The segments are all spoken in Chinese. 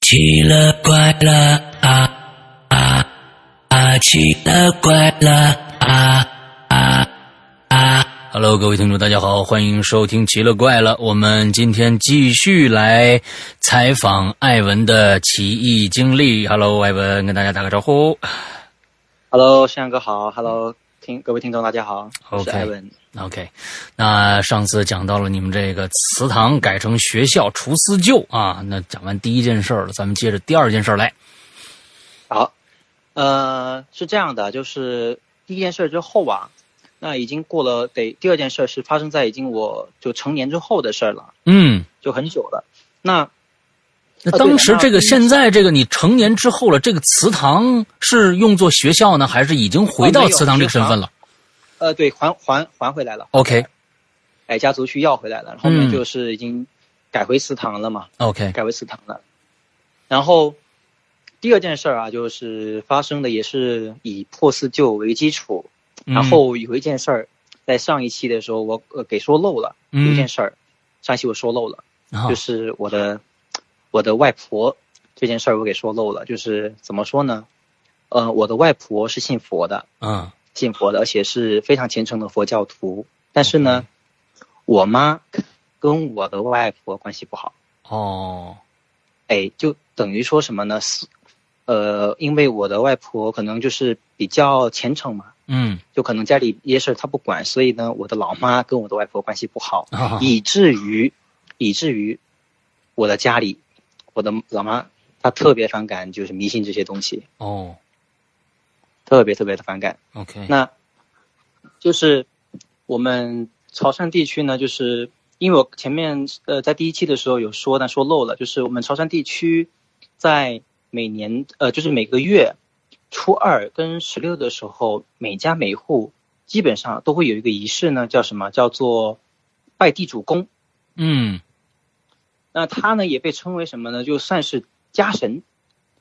奇了怪了啊啊啊！奇了怪了啊啊啊！ Hello，各位听众，大家好，欢迎收听《奇了怪了》。我们今天继续来采访艾文的奇异经历。Hello，艾文，跟大家打个招呼。 Hello，向阳哥好。Hello，听各位听众大家好，我是 OK 艾文。 OK，那上次讲到了你们这个祠堂改成学校除四旧啊，那讲完第一件事儿了，咱们接着第二件事儿来。好，呃，是这样的，就是第一件事之后啊，那已经过了得第二件事是发生在已经我就成年之后的事儿了，嗯，就很久了。那那啊对当时那这个第一现在这个你成年之后了，这个祠堂是用作学校呢，还是已经回啊到没有祠堂这个祠身堂份了呃，对，还还还回来了， ？OK 改家族去要回来了，然后呢嗯就是已经改回祠堂了嘛， OK，改为祠堂了。然后第二件事儿啊，就是发生的也是以破四旧为基础，嗯然后有一件事儿，在上一期的时候我呃给说漏了，有嗯一件事儿，上一期我说漏了，啊就是我的我的外婆这件事儿我给说漏了，就是怎么说呢？呃，我的外婆是信佛的，嗯信佛的，而且是非常虔诚的佛教徒。但是嗯呢，我妈跟我的外婆关系不好，哦哎，就等于说什么呢？是，呃，因为我的外婆可能就是比较虔诚嘛，嗯就可能家里一些事儿她不管，所以呢，我的老妈跟我的外婆关系不好，啊以至于，以至于我的家里，我的老妈她特别反感，就是迷信这些东西，哦特别特别的反感。 OK 那就是我们潮汕地区呢，就是因为我前面呃在第一期的时候有说，但说漏了，就是我们潮汕地区在每年呃就是每个月初二跟十六的时候，每家每户基本上都会有一个仪式呢，叫什么？叫做拜地主公。嗯那它呢也被称为什么呢？就算是家神，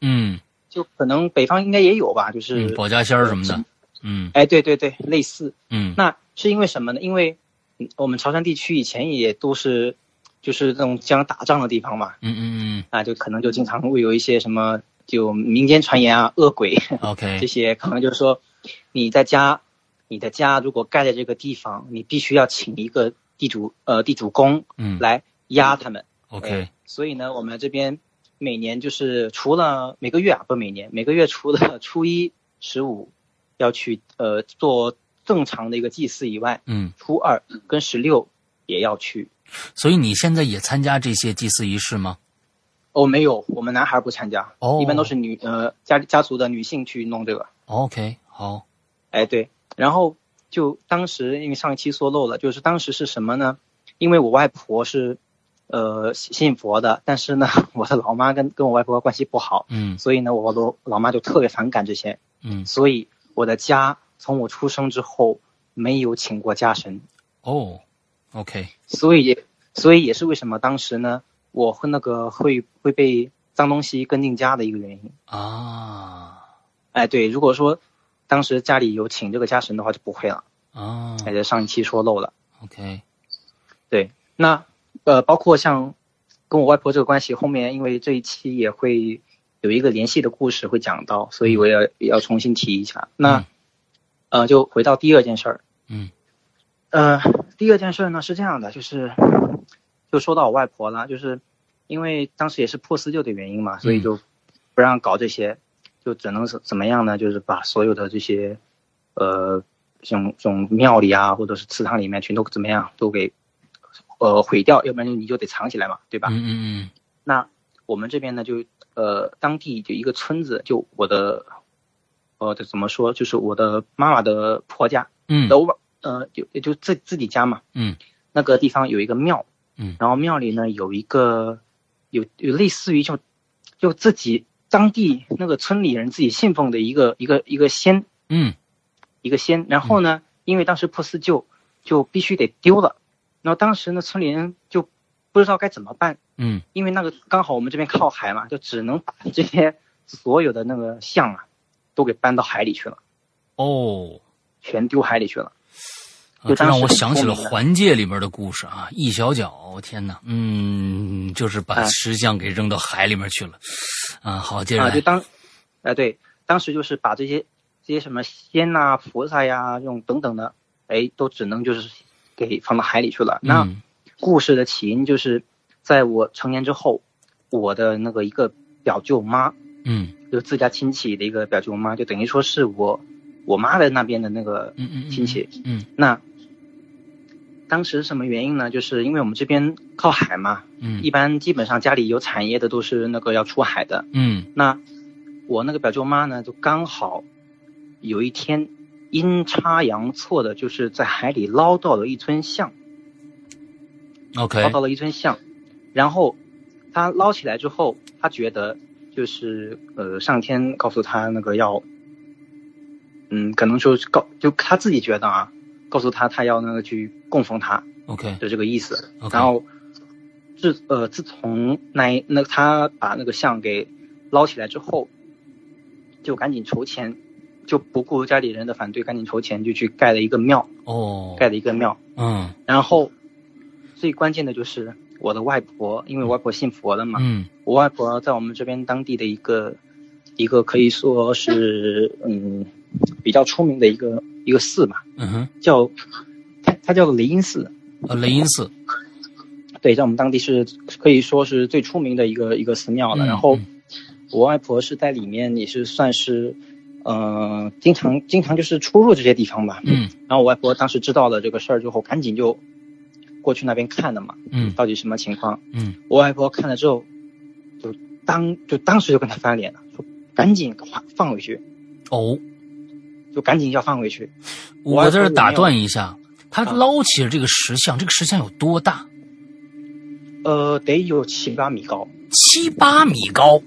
嗯就可能北方应该也有吧，就是、嗯，保家仙儿什么的，嗯哎，对对对，类似。嗯那是因为什么呢？因为嗯我们潮汕地区以前也都是，就是那种经常打仗的地方嘛，嗯嗯啊，就可能就经常会有一些什么，就民间传言啊、恶鬼嗯，OK 这些，可能就是说，你在家，你的家如果盖在这个地方，你必须要请一个地主，呃，地主公嗯来压他们。 OK 所以呢，我们这边每年就是除了每个月啊，不每年每个月除了初一、十五要去呃做正常的一个祭祀以外，嗯，初二跟十六也要去。所以你现在也参加这些祭祀仪式吗？哦，没有，我们男孩不参加，哦一般都是女呃家家族的女性去弄这个。 OK 好哎，对，然后就当时因为上一期说漏了，就是当时是什么呢？因为我外婆是，呃信信佛的，但是呢，我的老妈跟跟我外婆关系不好，嗯所以呢，我老老妈就特别反感这些，嗯所以我的家从我出生之后没有请过家神，哦 OK 所以也所以也是为什么当时呢，我会那个会会被脏东西跟进家的一个原因。啊哎，对，如果说当时家里有请这个家神的话，就不会了。啊哎，这上一期说漏了。 OK 对，那呃，包括像跟我外婆这个关系，后面因为这一期也会有一个联系的故事会讲到，所以我也要也要重新提一下。那、嗯呃，就回到第二件事儿。嗯。呃，第二件事儿呢是这样的，就是就说到我外婆了，就是因为当时也是破四旧的原因嘛，所以嗯就不让搞这些，就只能是怎么样呢？就是把所有的这些呃，这种这种庙里啊，或者是祠堂里面，全都怎么样，都给呃毁掉，要不然就你就得藏起来嘛，对吧？嗯嗯那我们这边呢，就呃当地就一个村子，就我的呃这怎么说，就是我的妈妈的婆家，嗯的嗯外呃就也就自自己家嘛，嗯，那个地方有一个庙，嗯然后庙里呢有一个有有类似于就就自己当地那个村里人自己信奉的一个一个一个仙嗯一个仙，然后呢，因为当时破四旧，就必须得丢了，然后当时呢村里人就不知道该怎么办，嗯因为那个刚好我们这边靠海嘛，就只能把这些所有的那个像啊都给搬到海里去了，哦。全丢海里去了。啊这就当让时我很想起出了《名的环界》里边的故事啊，一小脚，天哪，嗯，就是把哎石像给扔到海里面去了，啊，好，接着啊，来就当，呃，对，当时就是把这些这些什么仙呐、菩萨呀、这种等等的，哎，都只能就是给放到海里去了。那嗯故事的起因就是，在我成年之后，我的那个一个表舅妈，嗯就是自家亲戚的一个表舅妈，就等于说是我我妈的那边的那个嗯嗯亲戚。嗯那当时什么原因呢？就是因为我们这边靠海嘛，嗯一般基本上家里有产业的都是那个要出海的。嗯那我那个表舅妈呢，就刚好有一天阴差阳错的，就是在海里捞到了一尊象， ，OK，捞到了一尊象，然后她捞起来之后，她觉得就是呃上天告诉她那个要，嗯，可能就是告就她自己觉得啊，告诉她她要那个去供奉她， OK，就这个意思。 OK 然后自呃自从那一那他把那个象给捞起来之后，就赶紧筹钱，就不顾家里人的反对，赶紧筹钱就去盖了一个庙，哦，盖了一个庙。嗯然后最关键的就是我的外婆，因为我外婆信佛的嘛，嗯我外婆在我们这边当地的一个一个可以说是嗯比较出名的一个一个寺吧，嗯哼，叫它它叫雷音寺。呃，雷音寺，对，在我们当地是可以说是最出名的一个一个寺庙嗯了。然后我外婆是在里面也是算是，呃，经常经常就是出入这些地方吧。嗯然后我外婆当时知道了这个事儿之后，赶紧就过去那边看了嘛，嗯到底什么情况。嗯我外婆看了之后，就当就当时就跟他翻脸了，说赶紧放放回去，哦，就赶紧要放回去。我我在这儿打断一下，他啊捞起了这个石像，这个石像有多大？呃，得有七八米高七八米高。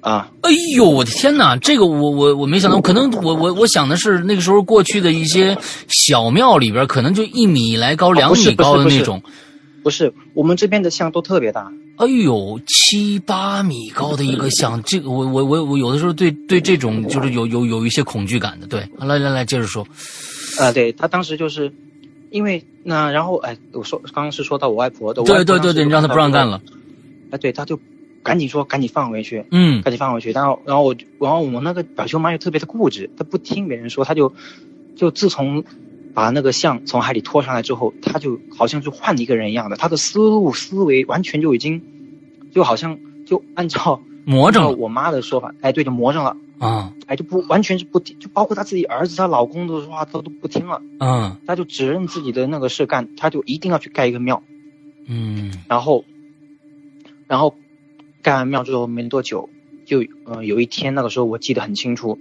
啊，哎呦，我的天哪！这个我我我没想到，可能我我我想的是那个时候过去的一些小庙里边，可能就一米来高、两哦不是米高的那种。不是我们这边的像都特别大。哎呦，七八米高的一个像，这个我我我我有的时候对对这种就是有有有一些恐惧感的。对，来来来，接着说。呃，对他当时就是因为那，然后哎，我说刚刚是说到我外婆的，对对对对，你让他不让干了，了。哎，对，他就赶紧说赶紧放回去，嗯赶紧放回去。然后然后我就然后我那个表舅妈又特别的固执，她不听别人说，她就就自从把那个象从海里拖上来之后，她就好像就换了一个人一样的，她的思路思维完全就已经就好像就按照魔怔按了照我妈的说法，哎，对，就魔怔了，啊哎，就不完全是不听，就包括她自己儿子、她老公的话，她都不听了。嗯他就只认自己的那个事干，他就一定要去盖一个庙，嗯然后，然后盖完庙之后没多久，就呃有一天那个时候我记得很清楚，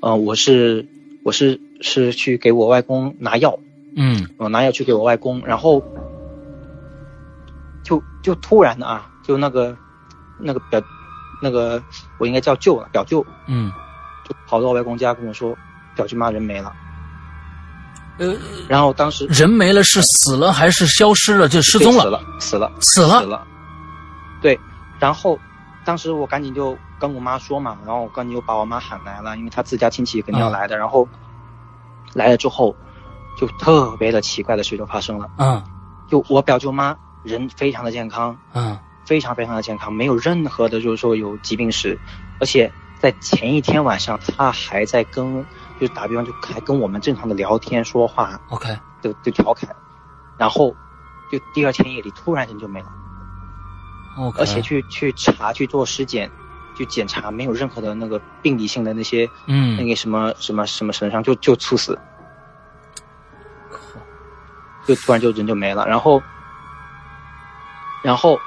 呃我是我是是去给我外公拿药，嗯我拿药去给我外公，然后就就突然的啊，就那个那个表那个我应该叫舅了，表舅嗯，就跑到我外公家跟我说，表舅妈人没了，呃，然后当时人没了是死了还是消失了？就失踪对了，死了死死了。死了。了。对，然后当时我赶紧就跟我妈说嘛，然后我赶紧就把我妈喊来了，因为她自家亲戚肯定要来的。然后来了之后，就特别的奇怪的事就发生了，嗯就我表舅妈人非常的健康，嗯非常非常的健康，没有任何的就是说有疾病史，而且在前一天晚上她还在跟，就是打比方就还跟我们正常的聊天说话， ，OK。就就调侃，然后就第二天夜里突然间就没了。 OK，而嗯且去去查去做尸检，去检查没有任何的那个病理性的那些、嗯那个什么什么什么损伤，就就猝死，就突然就人就没了。然后，然后，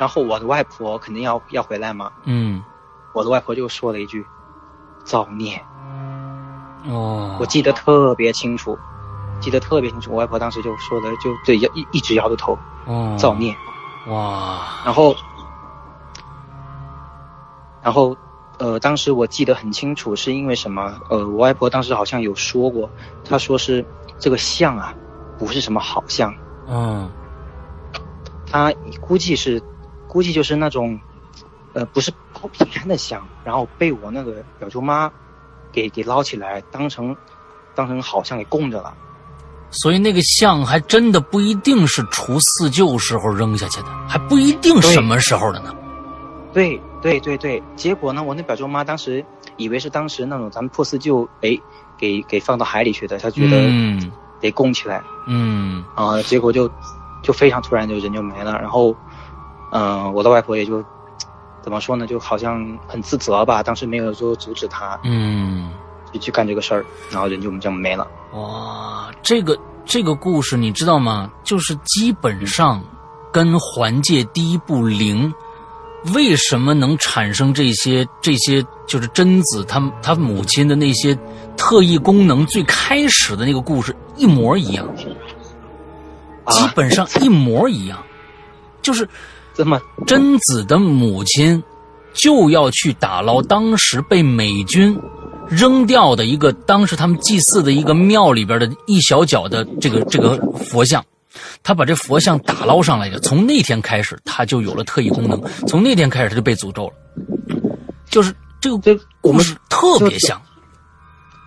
然后我的外婆肯定要要回来嘛，嗯我的外婆就说了一句：“造孽。”哦，我记得特别清楚，记得特别清楚。我外婆当时就说的，就对一一直摇着头，哦造孽。哇，然后，然后，呃，当时我记得很清楚，是因为什么？呃，我外婆当时好像有说过，她说是这个像啊，不是什么好像，嗯她估计是，估计就是那种，呃，不是包平安的像，然后被我那个表舅妈给给捞起来，当成当成好像给供着了。所以那个像还真的不一定是除四旧时候扔下去的，还不一定什么时候的呢。对，对对对，结果呢，我那表舅妈当时以为是当时那种咱们破四旧，哎，给给放到海里去的，她觉得嗯得供起来嗯啊、结果就就非常突然就人就没了，然后，嗯、我的外婆也就怎么说呢，就好像很自责吧，当时没有说阻止她嗯，去去干这个事儿，然后人就这么没了。哇，这个这个故事你知道吗？就是基本上跟环界第一步零。为什么能产生这些这些就是贞子她她母亲的那些特异功能？最开始的那个故事一模一样，基啊，本上一模一样，就是这么贞子的母亲就要去打捞当时被美军扔掉的一个当时他们祭祀的一个庙里边的一小角的这个这个佛像。他把这佛像打捞上来的，从那天开始，他就有了特异功能。从那天开始，他就被诅咒了。就是这个这我故们事特别像，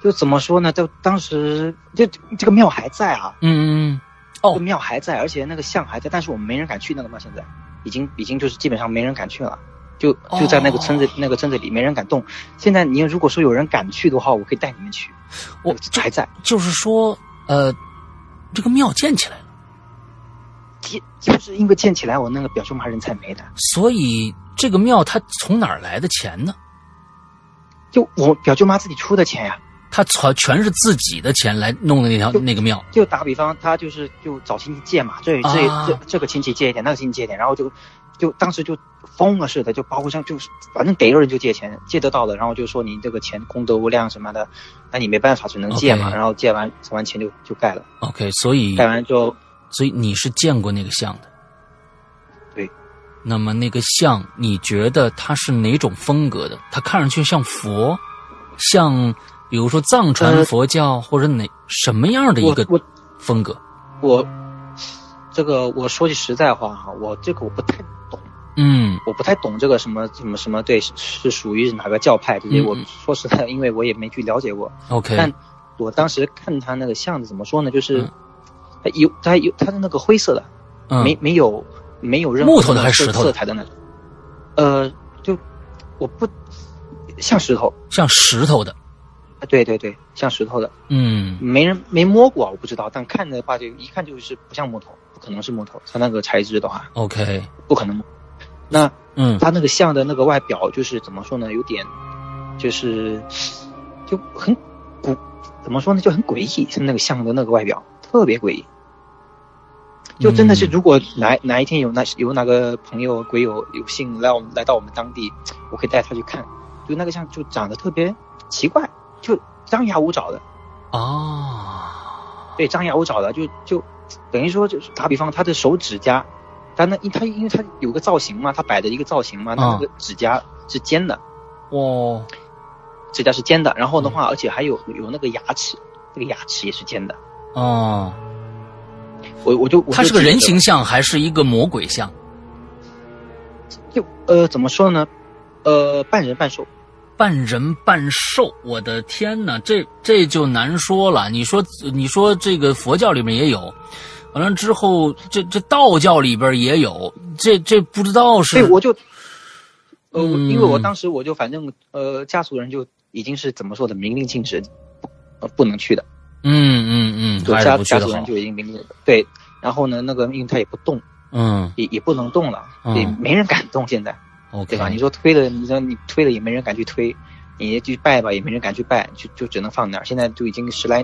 就怎么说呢？就当时这这个庙还在啊，嗯嗯这个庙还在，而且那个像还在，但是我们没人敢去那个庙，现在已经已经就是基本上没人敢去了。就哦就在那个村子、那个镇子里，没人敢动。现在你如果说有人敢去的话，我可以带你们去。嗯，我这就还在就是说，呃，这个庙建起来了，建，就是因为建起来，我那个表舅妈人才没的。所以这个庙它从哪儿来的钱呢？就我表舅妈自己出的钱呀、他全全是自己的钱来弄的那条就那个庙。就打个比方，他就是就找亲戚借嘛，这这、啊这这个亲戚借一点，那个亲戚借一点，然后就就当时就疯了似的，就包括像就是反正逮着人就借钱，借得到的，然后就说你这个钱功德无量什么的，那你没办法只能借嘛 OK 嗯然后借完还完钱就就盖了， OK，所以盖完之后所以你是见过那个像的。对。那么那个像，你觉得它是哪种风格的？它看上去像佛，像比如说藏传呃佛教、或者哪什么样的一我个我风格？我这个我说句实在话哈，我这个我不太懂，嗯我不太懂这个什么什么什么对是是属于哪个教派这些，嗯嗯我说实在，因为我也没去了解过， ，OK，但我当时看他那个巷子怎么说呢，就是嗯它有它有它的那个灰色的，嗯没没有没有任何木头的还是色石头的色彩的那种，呃，就我不像石头，像石头的，对对对，像石头的，嗯没人没摸过，啊我不知道，但看的话就一看就是不像木头，不可能是木头，它那个材质的话，OK，不可能。那嗯它那个像的那个外表就是怎么说呢，有点就是就很古，怎么说呢，就很诡异，是那个像的那个外表特别诡异。就真的是，嗯如果哪哪一天有那有哪个朋友鬼友有幸来我们来到我们当地，我可以带他去看，就那个像就长得特别奇怪，就张牙舞爪的，啊，对，张牙舞爪的，就就等于说就是打比方，他的手指甲，他那因他因为他有个造型嘛，他摆的一个造型嘛，他那嗯个指甲是尖的，哇，指甲是尖的，然后的嗯话，而且还有有那个牙齿，那个牙齿也是尖的。哦，我我就我就它是个记得人形像还是一个魔鬼像？就呃怎么说呢？呃，半人半兽，半人半兽，我的天哪，这这就难说了。你说，你说这个佛教里面也有，完了之后，这这道教里边也有，这这不知道所以是我就呃，我嗯因为我当时我就反正呃，家属人就已经是怎么说的，明令禁止，呃，不能去的，嗯嗯嗯，就还是家不去家的属好人。就已经明令对。然后呢，那个因为他也不动，嗯也也不能动了，嗯也没人敢动，现在，OK，对吧？你说推了，你说你推了也没人敢去推，你去拜吧也没人敢去拜，就就只能放那儿。现在就已经十来，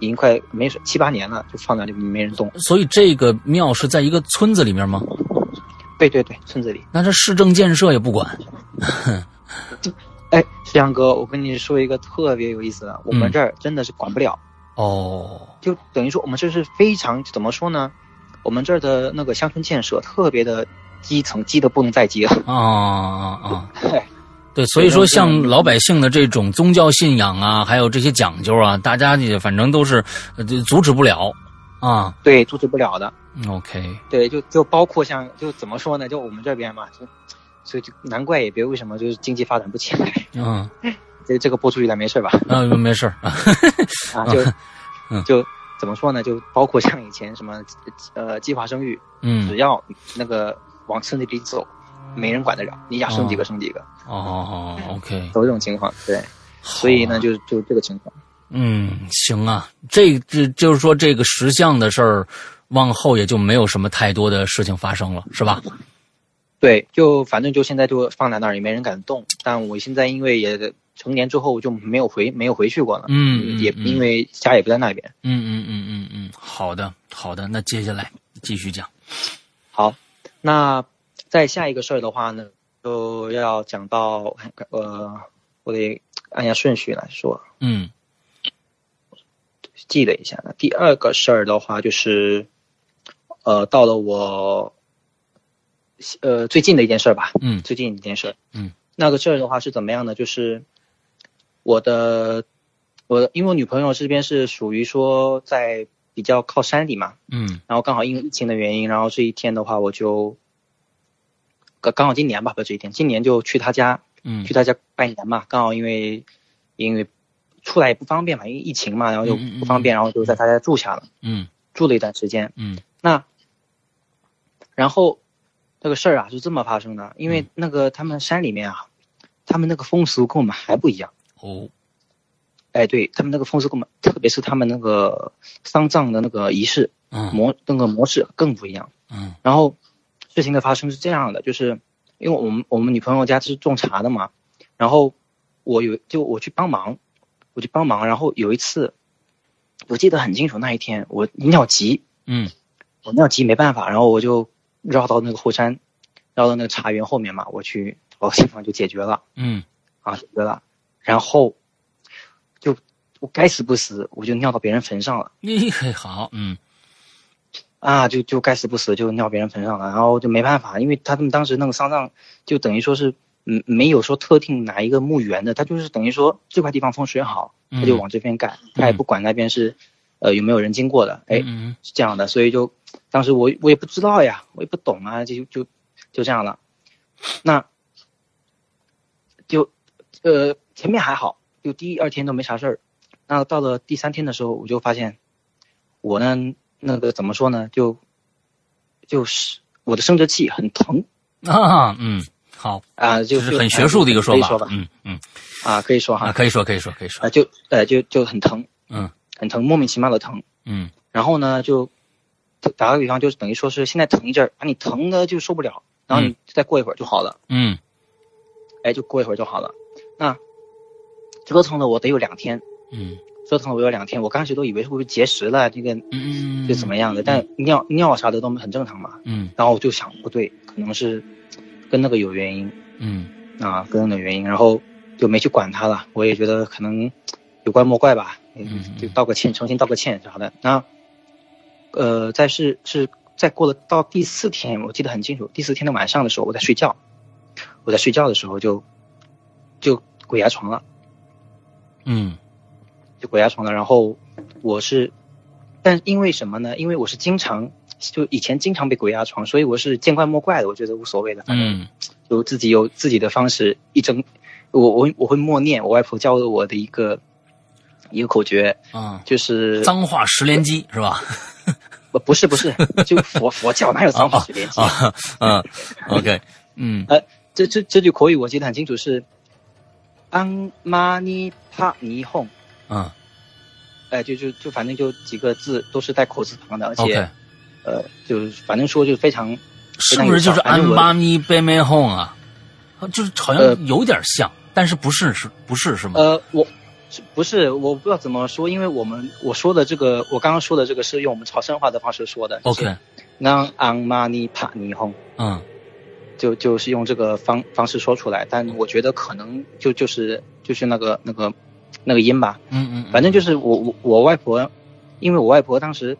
已经快没七八年了，就放那儿就没人动。所以这个庙是在一个村子里面吗？对对对，村子里。那这市政建设也不管。哎，石阳哥，我跟你说一个特别有意思的，我们嗯这儿真的是管不了，哦，就等于说我们这是非常怎么说呢？我们这儿的那个乡村建设特别的基层，基的不能再基了。 啊啊啊！哎对，所以说像老百姓的这种宗教信仰啊，还有这些讲究啊，大家也反正都是呃这阻止不了啊。对，阻止不了的。 OK，对，就就包括像就怎么说呢？就我们这边嘛，就所以就难怪也别为什么就是经济发展不起来。嗯，这这个播出去了没事吧？啊，没事儿啊，啊，就、嗯就怎么说呢？就包括像以前什么呃计划生育，嗯只要那个往村子里走，没人管得了，你想生几个生几个，哦，OK，都这种情况。对， 所以啊呢，就就这个情况。嗯，行啊，这这就是说这个石像的事儿，往后也就没有什么太多的事情发生了，是吧？嗯对，就反正就现在就放在那儿，也没人敢动。但我现在因为也成年之后，就没有回没有回去过了。嗯嗯也嗯因为家也不在那边。嗯嗯嗯嗯嗯，好的好的，那接下来继续讲。好，那再下一个事儿的话呢，就要讲到呃，我得按下顺序来说，嗯记了一下。那第二个事儿的话，就是呃，到了我呃最近的一件事儿吧，嗯最近一件事儿，嗯，那个事儿的话是怎么样呢？就是我的我的，因为我女朋友这边是属于说在比较靠山里嘛，嗯然后刚好因为疫情的原因，然后这一天的话，我就刚刚好今年吧，不是这一天，今年就去他家，嗯去他家拜年嘛。刚好因为因为出来也不方便嘛，因为疫情嘛，然后就嗯嗯嗯不方便，然后就在他家住下了，嗯住了一段时间。嗯那然后这个事儿啊是这么发生的，因为嗯那个他们山里面啊，他们那个风俗跟我们还不一样。哦哎，对他们那个风俗跟我们，特别是他们那个丧葬的那个仪式嗯模那个模式更不一样。嗯然后事情的发生是这样的，就是因为我们我们女朋友家是种茶的嘛，然后我有就我去帮忙，我去帮忙，然后有一次我记得很清楚，那一天我尿急，嗯我尿急没办法，然后我就绕到那个后山，绕到那个茶园后面嘛，我去找个地方就解决了嗯啊，解决了，然后就我该死不死，我就尿到别人坟上了。你嘿好嗯啊，就就该死不死就尿别人坟上了，然后就没办法，因为他们当时那个丧葬就等于说是，嗯，没有说特定哪一个墓园的，他就是等于说这块地方风水好，嗯他就往这边盖，他也不管那边是，呃，有没有人经过的，哎，嗯是这样的，所以就当时我我也不知道呀，我也不懂啊，就就就这样了，那就呃前面还好，就第一二天都没啥事儿，那到了第三天的时候，我就发现我呢那个怎么说呢，就就是我的生殖器很疼嗯啊嗯好，啊，这就是很学术的一个说法说吧，嗯嗯啊，可以说啊哈，可以说可以说可以啊说就呃就就很疼，嗯很疼，莫名其妙的疼。嗯然后呢，就就打个比方，就是等于说是现在疼一阵儿，把你疼的就受不了，然后你再过一会儿就好了，嗯哎，就过一会儿就好了。那折腾了我得有两天，嗯折腾了我有两天，我刚开始都以为是不是结石了，这个嗯就怎么样的，但尿尿啥的都很正常嘛。嗯然后我就想，不对，可能是跟那个有原因嗯啊，跟那个有原因，然后就没去管它了。我也觉得可能有怪莫怪吧，嗯嗯就道个歉，诚心道个歉啥的。那呃，在是是在过了到第四天，我记得很清楚，第四天的晚上的时候，我在睡觉，我在睡觉的时候就就鬼压床了，嗯就鬼压床了。然后我是，但因为什么呢？因为我是经常就以前经常被鬼压床，所以我是见怪莫怪的，我觉得无所谓的，反正嗯就自己有自己的方式，一整，我我我会默念我外婆教了我的一个一个口诀，啊就是脏话十连击是 吧？不不是不 是，就佛佛教哪有脏话随便讲？啊 嗯 OK 嗯这这这句口语我记得很清楚是，安玛尼帕尼哄，嗯哎，就就就反正就几个字都是带口字旁的，而且 OK。呃，就是反正说就非常是不是就是非常有安效巴尼贝梅哄啊？就是好呃像有点像，但是不是是不是是吗？呃，我是不是我不知道怎么说，因为我们我说的这个，我刚刚说的这个是用我们潮汕话的方式说的。就是 OK，那昂玛尼帕尼哄，嗯就就是用这个方方式说出来，但我觉得可能就就是就是那个那个那个音吧，嗯嗯，反正就是我我我外婆，因为我外婆当时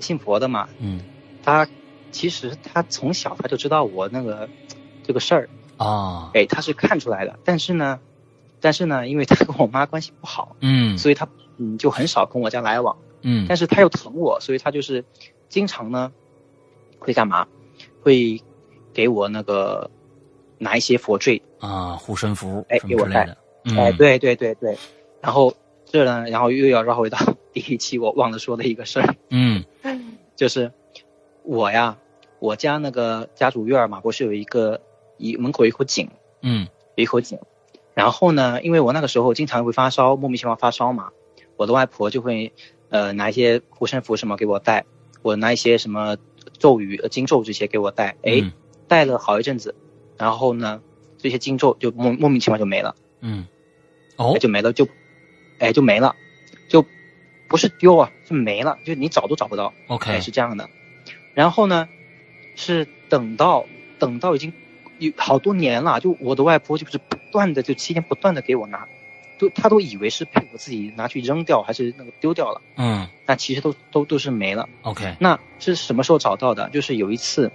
信佛的嘛，嗯她其实她从小她就知道我那个这个事儿，啊，哎，她是看出来的，但是呢，但是呢，因为她跟我妈关系不好，嗯所以她嗯就很少跟我家来往。嗯但是他又疼我，所以他就是经常呢会干嘛？会给我那个拿一些佛坠，啊，护身符哎什么之类的，嗯哎，对对对对，然后这呢，然后又要绕回到 第一期我忘了说的一个事儿，嗯就是我呀，我家那个家属院儿嘛，不是有一个一门口有一口井，嗯有一口井。然后呢，因为我那个时候经常会发烧，莫名其妙发烧嘛，我的外婆就会呃拿一些护身符什么给我带，我拿一些什么咒语、呃经咒这些给我带，哎，嗯带了好一阵子，然后呢，这些经咒就莫莫名其妙就没了，嗯，哦哎，就没了，就哎就没了，就不是丢啊，是没了，就你找都找不到。 ，OK，哎，是这样的。然后呢，是等到等到已经有好多年了，就我的外婆就是不断的就期间不断的给我拿，都她都以为是被我自己拿去扔掉还是那个丢掉了，嗯那其实都都都是没了。 ，OK，那是什么时候找到的？就是有一次，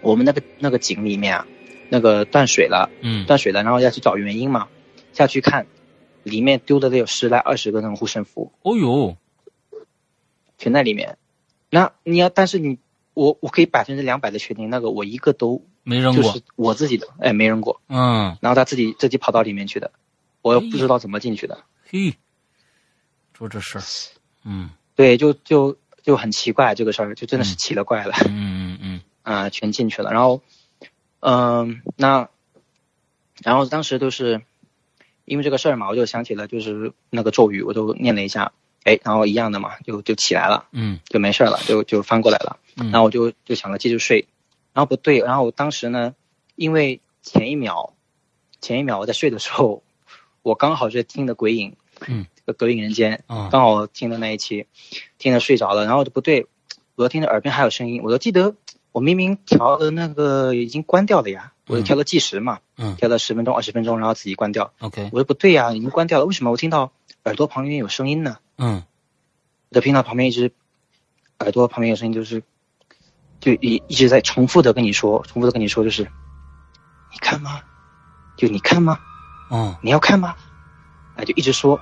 我们那个那个井里面啊，那个断水了，嗯断水了，然后要去找原因嘛，下去看，里面丢了得有十来二十个那种护身符。哦呦，全在里面。那你要，但是你我我可以百分之两百的确定，那个我一个都没扔就过是，我自己的，哎，没扔过。嗯，然后他自己自己跑到里面去的，我也不知哎道怎么进去的。嘿，说这事儿，嗯对，就就就很奇怪这个事儿，就真的是奇了怪了 嗯嗯嗯啊、全进去了。然后，嗯、那然后当时都是因为这个事儿嘛，我就想起了就是那个咒语，我都念了一下，哎，然后一样的嘛，就就起来了。嗯就没事儿了，就就翻过来了。嗯然后我就就想着继续睡，然后不对，然后我当时呢，因为前一秒，前一秒我在睡的时候，我刚好是听的《鬼影》，嗯， 《鬼影人间啊》，刚好听的那一期，听的睡着了，然后就不对，我又听着耳边还有声音，我都记得我明明调的那个已经关掉了呀，我就调了计时嘛，嗯调了十分钟、二十分钟，然后自己关掉， ，OK，我说不对呀，已经关掉了，为什么我听到耳朵旁边有声音呢？嗯我的频道旁边一直，耳朵旁边有声音，就是，就一一直在重复的跟你说，重复的跟你说，就是，你看吗？就你看吗？嗯你要看吗？啊，就一直说，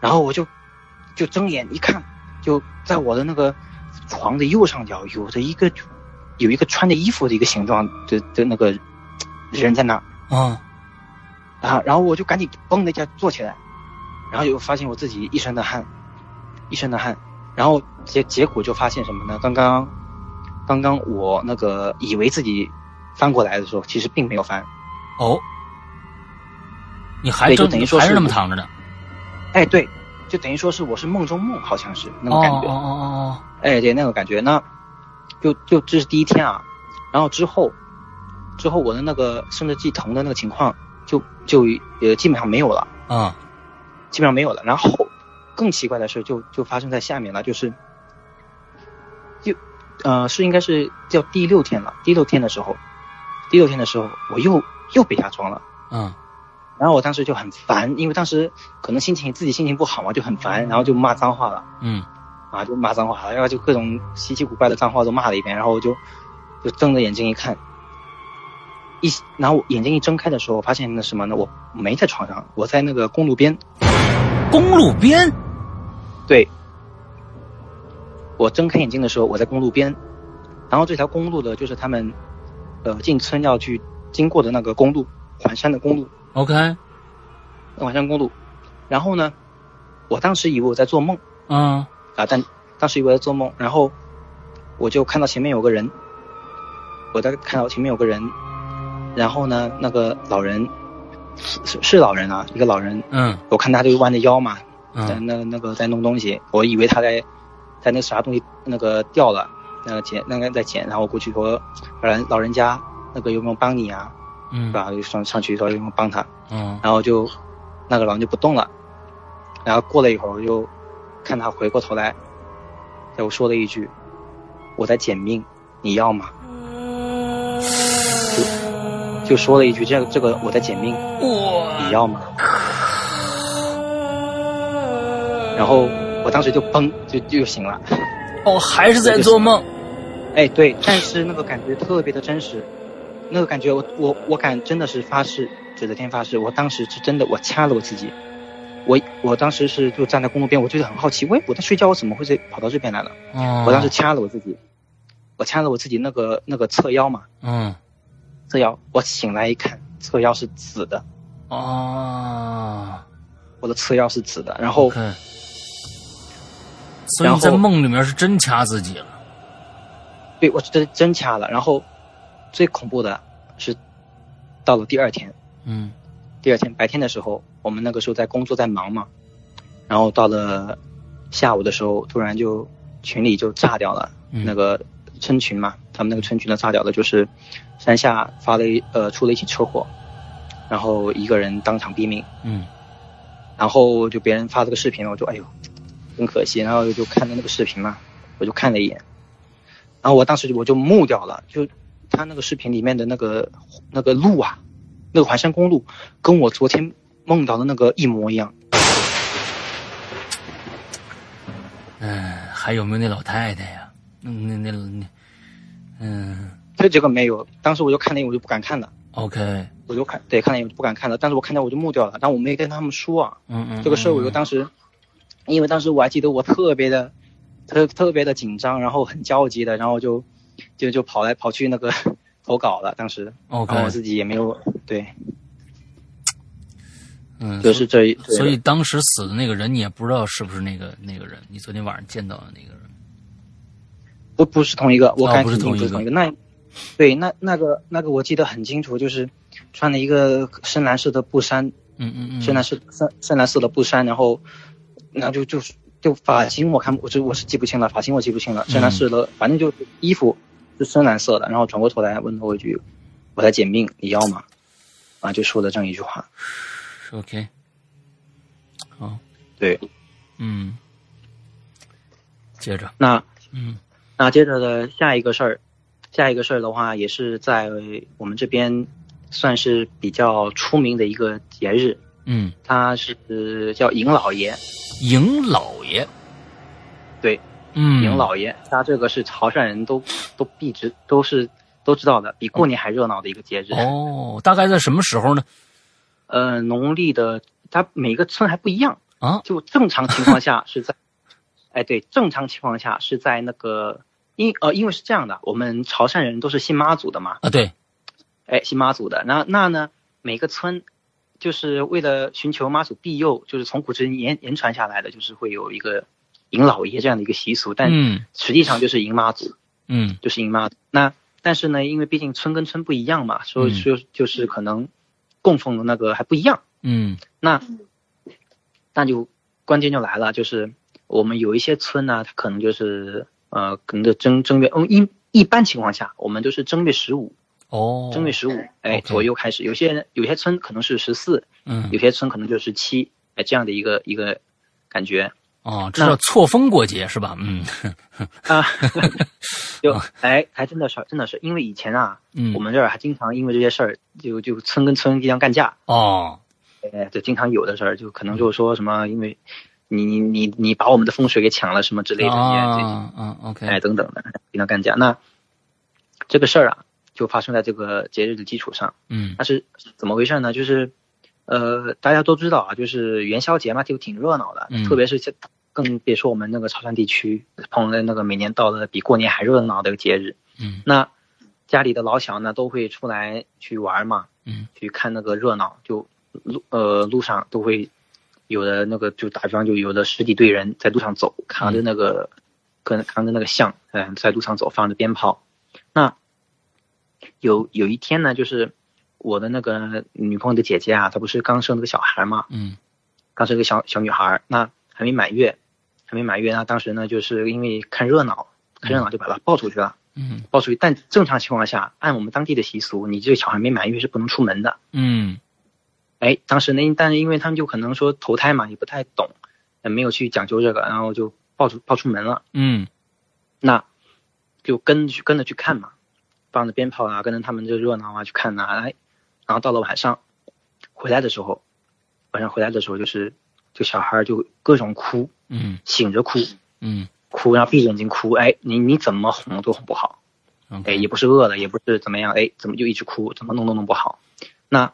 然后我就就睁眼一看，就在我的那个床的右上角有着一个有一个穿着衣服的一个形状的的那个人在那儿啊啊，然后我就赶紧嘣的一下坐起来，然后又发现我自己一身的汗，一身的汗，然后结结果就发现什么呢？刚刚，刚刚我那个以为自己翻过来的时候，其实并没有翻，哦，你还对就正等于说还是是那么躺着呢，哎，对，就等于说是我是梦中梦，好像是那哦种感哦觉，哦哎，对，那种感觉，那就就这是第一天啊，然后之后，之后我的那个生殖系疼的那个情况就就呃基本上没有了。哦哦，啊基本上没有了。然后更奇怪的事就就发生在下面了，就是就呃是应该是叫第六天了，第六天的时候，第六天的时候我又又被压疮了。嗯然后我当时就很烦，因为当时可能心情自己心情不好嘛，就很烦，然后就骂脏话了嗯啊，就骂脏话了，然后就各种稀奇古怪的脏话都骂了一遍，然后我就就睁着眼睛一看，一然后我眼睛一睁开的时候，我发现那什么呢？我没在床上，我在那个公路边，公路边，对，我睁开眼睛的时候，我在公路边，然后这条公路呢，就是他们，呃，进村要去经过的那个公路，环山的公路，呃 OK，环山公路。然后呢，我当时以为我在做梦嗯啊，但当时以为我在做梦，然后我就看到前面有个人，我在看到前面有个人，然后呢，那个老人是是是老人啊，一个老人，嗯我看他就弯着腰嘛，在嗯那那个在弄东西，我以为他在在那啥东西那个掉了，那个捡那个在捡，然后我过去说，老人老人家那个有没有帮你啊？嗯是吧？就上上去说有没有帮他，嗯然后就那个老人就不动了，然后过了一会儿我就看他回过头来，对我说了一句：“我在捡命，你要吗？”就就说了一句这个这个我在捡命，你我要吗？然后我当时就嘣就就醒了。哦还是在做梦，哎，对，但是那个感觉特别的真实，那个感觉我我我敢真的是发誓，指着天发誓，我当时是真的我掐了我自己，我我当时是就站在公路边，我觉得很好奇，喂，我在睡觉，我怎么会这跑到这边来了？嗯我当时掐了我自己，我掐了我自己那个那个侧腰嘛，嗯侧腰，我醒来一看，侧腰是紫的，啊。我的侧腰是紫的，然后 OK，所以然你后在梦里面是真掐自己了。对我真真掐了，然后最恐怖的是到了第二天，嗯第二天白天的时候，我们那个时候在工作在忙嘛，然后到了下午的时候，突然就群里就炸掉了，嗯那个村群嘛，他们那个村群的炸掉了，就是山下发了一呃出了一起车祸，然后一个人当场毙命，嗯然后就别人发这个视频，我就哎呦，很可惜，然后就看到那个视频嘛，我就看了一眼，然后我当时就我就木掉了，就他那个视频里面的那个那个路啊，那个环山公路，跟我昨天梦到的那个一模一样。嗯，还有没有那老太太呀？嗯那那那，嗯这这个没有，当时我就看了一眼，我就不敢看了， ，OK，我就看对看了一眼我就不敢看了，但是我看到我就木掉了，但我没跟他们说啊，嗯嗯，这个事儿我就嗯当时，因为当时我还记得我特别的，特特别的紧张，然后很焦急的，然后就就就跑来跑去那个 投稿了。当时，然后我 OK，自己也没有对，嗯，就是这一，所以当时死的那个人，你也不知道是不是那个那个人，你昨天晚上见到的那个人。不不是同一个，我哦敢不是肯定同一不是个同一个。那对那那个那个我记得很清楚，就是穿了一个深蓝色的布衫，嗯嗯嗯，深蓝色深深蓝色的布衫，然后然后就就是。就发型我看我就我是记不清了，发型我记不清了，深蓝色的，反正就是衣服是深蓝色的，然后转过头来问了我一句：“我在捡命，你要吗？”啊，就说了这样一句话。 OK，好，对，嗯，接着，那嗯那接着的下一个事儿，下一个事儿的话，也是在我们这边算是比较出名的一个节日，嗯，它是叫迎老爷。迎老爷，对，嗯，迎老爷，他这个是潮汕人都都必知都是都知道的，比过年还热闹的一个节日。哦，大概在什么时候呢？呃，农历的，它每个村还不一样啊就正常情况下是 在，哎，对，正常情况下是在那个，因呃，因为是这样的，我们潮汕人都是信妈祖的嘛，啊，对，哎，信妈祖的。那那呢，每个村就是为了寻求妈祖庇佑，就是从古至今延延传下来的，就是会有一个迎老爷这样的一个习俗，但嗯实际上就是迎妈祖。嗯就是迎妈祖。那但是呢，因为毕竟村跟村不一样嘛，所以嗯就就是可能供奉的那个还不一样。嗯那那就关键就来了，就是我们有一些村呢，它可能就是呃，可能就正正月，嗯，一一般情况下，我们都是正月十五，哦，正月十五，哎 OK 左右开始。有些人有些村可能是十四，嗯有些村可能就十七，哎这样的一个一个感觉。哦，这叫错峰过节是吧？嗯 啊，哦就哎，还真的是，真的是，因为以前啊，嗯我们这儿还经常因为这些事儿，就就村跟村经常干架，哦，哎，就经常有的事儿，就可能就说什么，因为你你你你把我们的风水给抢了什么之类的，也这啊嗯 OK，哎等等的，经常干架。那这个事儿啊，就发生在这个节日的基础上，嗯那是怎么回事呢？就是呃，大家都知道啊，就是元宵节嘛，就挺热闹的，嗯特别是这更别说我们那个潮汕地区，碰了那个每年到了比过年还热闹的一个节日。嗯那家里的老小呢，都会出来去玩嘛，嗯，去看那个热闹，就路呃路上都会有的那个，就打比方，就有的十几队人在路上走，扛嗯着那个跟扛着那个象，嗯、在路上走，放着鞭炮。那有有一天呢，就是我的那个女朋友的姐姐啊，她不是刚生了个小孩嘛，嗯当时一个小小女孩儿，那还没满月，还没满月，那当时呢，就是因为看热闹，看热闹就把她抱出去了，嗯抱出去。但正常情况下，按我们当地的习俗，你这个小孩没满月是不能出门的。嗯哎，当时呢，但是因为他们就可能说投胎嘛，也不太懂，也没有去讲究这个，然后就抱出抱出门了。嗯那就跟去跟着去看嘛，放着鞭炮啊，跟着他们这热闹啊去看啊，哎，然后到了晚上回来的时候，晚上回来的时候就是就小孩儿就各种哭，嗯醒着哭，嗯哭然后闭着眼睛哭，哎，你你怎么哄都哄不好，哎， OK，也不是饿了，也不是怎么样，哎，怎么就一直哭，怎么弄都弄不好。那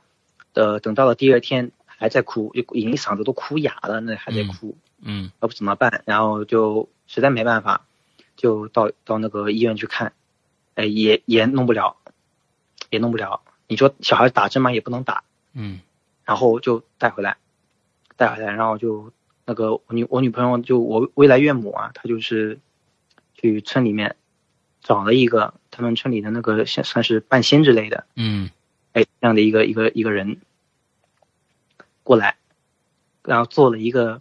呃，等到了第二天还在哭，就已经嗓子都哭哑了，那还在哭，嗯要不怎么办？然后就实在没办法，就到到那个医院去看，哎，也也弄不了，也弄不了。你说小孩打针嘛，也不能打，嗯然后就带回来，带回来，然后就那个我女我女朋友就我未来岳母啊，她就是去村里面找了一个他们村里的那个像算是半仙之类的，嗯哎，这样的一个一个一个人过来，然后做了一个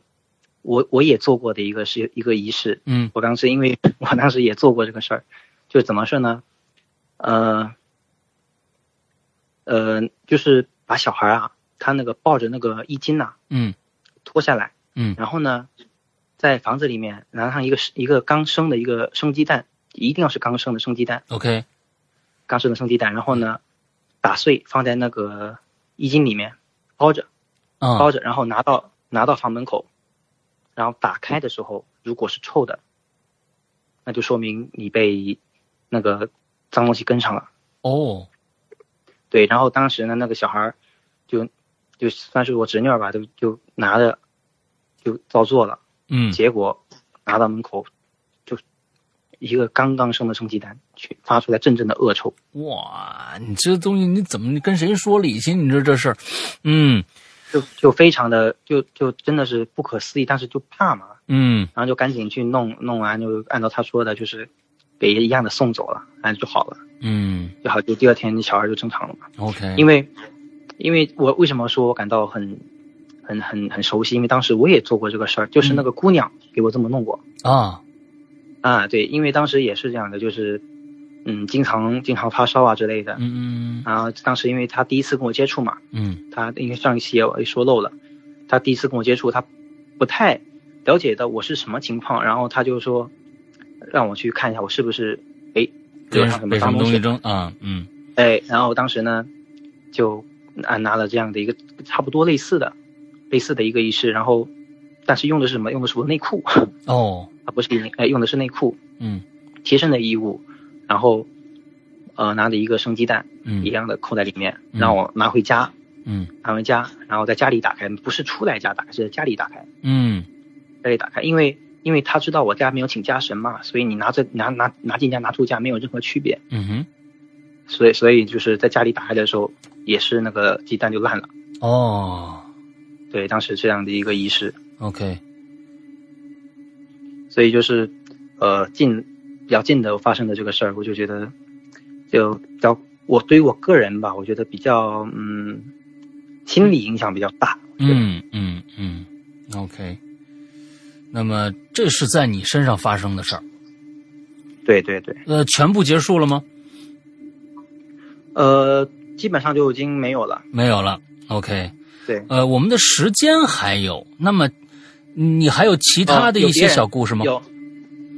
我我也做过的一个是一个仪式。嗯我当时因为我当时也做过这个事儿，就怎么事呢？呃，呃，就是把小孩啊，他那个抱着那个衣襟呐、嗯脱下来，嗯然后呢，在房子里面拿上一个一个刚生的一个生鸡蛋，一定要是刚生的生鸡蛋， ，OK，刚生的生鸡蛋，然后呢，打碎放在那个衣襟里面包着嗯包着，然后拿到拿到房门口，然后打开的时候如果是臭的，那就说明你被那个脏东西跟上了。哦，对，然后当时呢，那个小孩儿就就算是我侄女儿吧，就就拿着就照做了。嗯结果拿到门口，就一个刚刚生的生鸡蛋，去发出来阵阵的恶臭。哇，你这东西你怎么你跟谁说理去？你这这事儿，嗯就就非常的就就真的是不可思议，但是就怕嘛，嗯然后就赶紧去弄，弄完就按照他说的，就是给一样的送走了，然后就好了，嗯就好，就第二天小孩就正常了嘛。 ，OK，因为，因为我为什么说我感到很很很很熟悉？因为当时我也做过这个事儿，就是那个姑娘给我这么弄过。啊，啊，对，因为当时也是这样的，就是，嗯，经常经常发烧啊之类的。嗯嗯然后当时因为他第一次跟我接触嘛，嗯他因为上一期我也说漏了，他第一次跟我接触，他不太了解到我是什么情况，然后他就说让我去看一下我是不是哎跟惹上什么被什脏么东东西西，扔啊？嗯哎，然后我当时呢就啊拿了这样的一个差不多类似的类似的一个仪式，然后但是用的是什么？用的是我内裤 啊，哦不是哎用的是内裤，嗯贴身的衣物，然后呃拿着一个生鸡蛋一嗯样的扣在里面，嗯让我拿回家，嗯拿回家，然后在家里打开，不是出来家打开，是在家里打开，嗯家里打开，因为因为他知道我家没有请家神嘛，所以你拿着拿拿拿进家拿出家没有任何区别，嗯哼，所以所以就是在家里打开的时候，也是那个鸡蛋就烂了，哦对，当时这样的一个仪式， ，OK，所以就是呃近比较近的发生的这个事儿，我就觉得就比较我对于我个人吧，我觉得比较嗯心理影响比较大。嗯嗯嗯，OK，那么这是在你身上发生的事儿，对对对，呃，全部结束了吗？呃，基本上就已经没有了。没有了，OK，对，呃，我们的时间还有，那么你还有其他的哦有一别些人小故事吗、有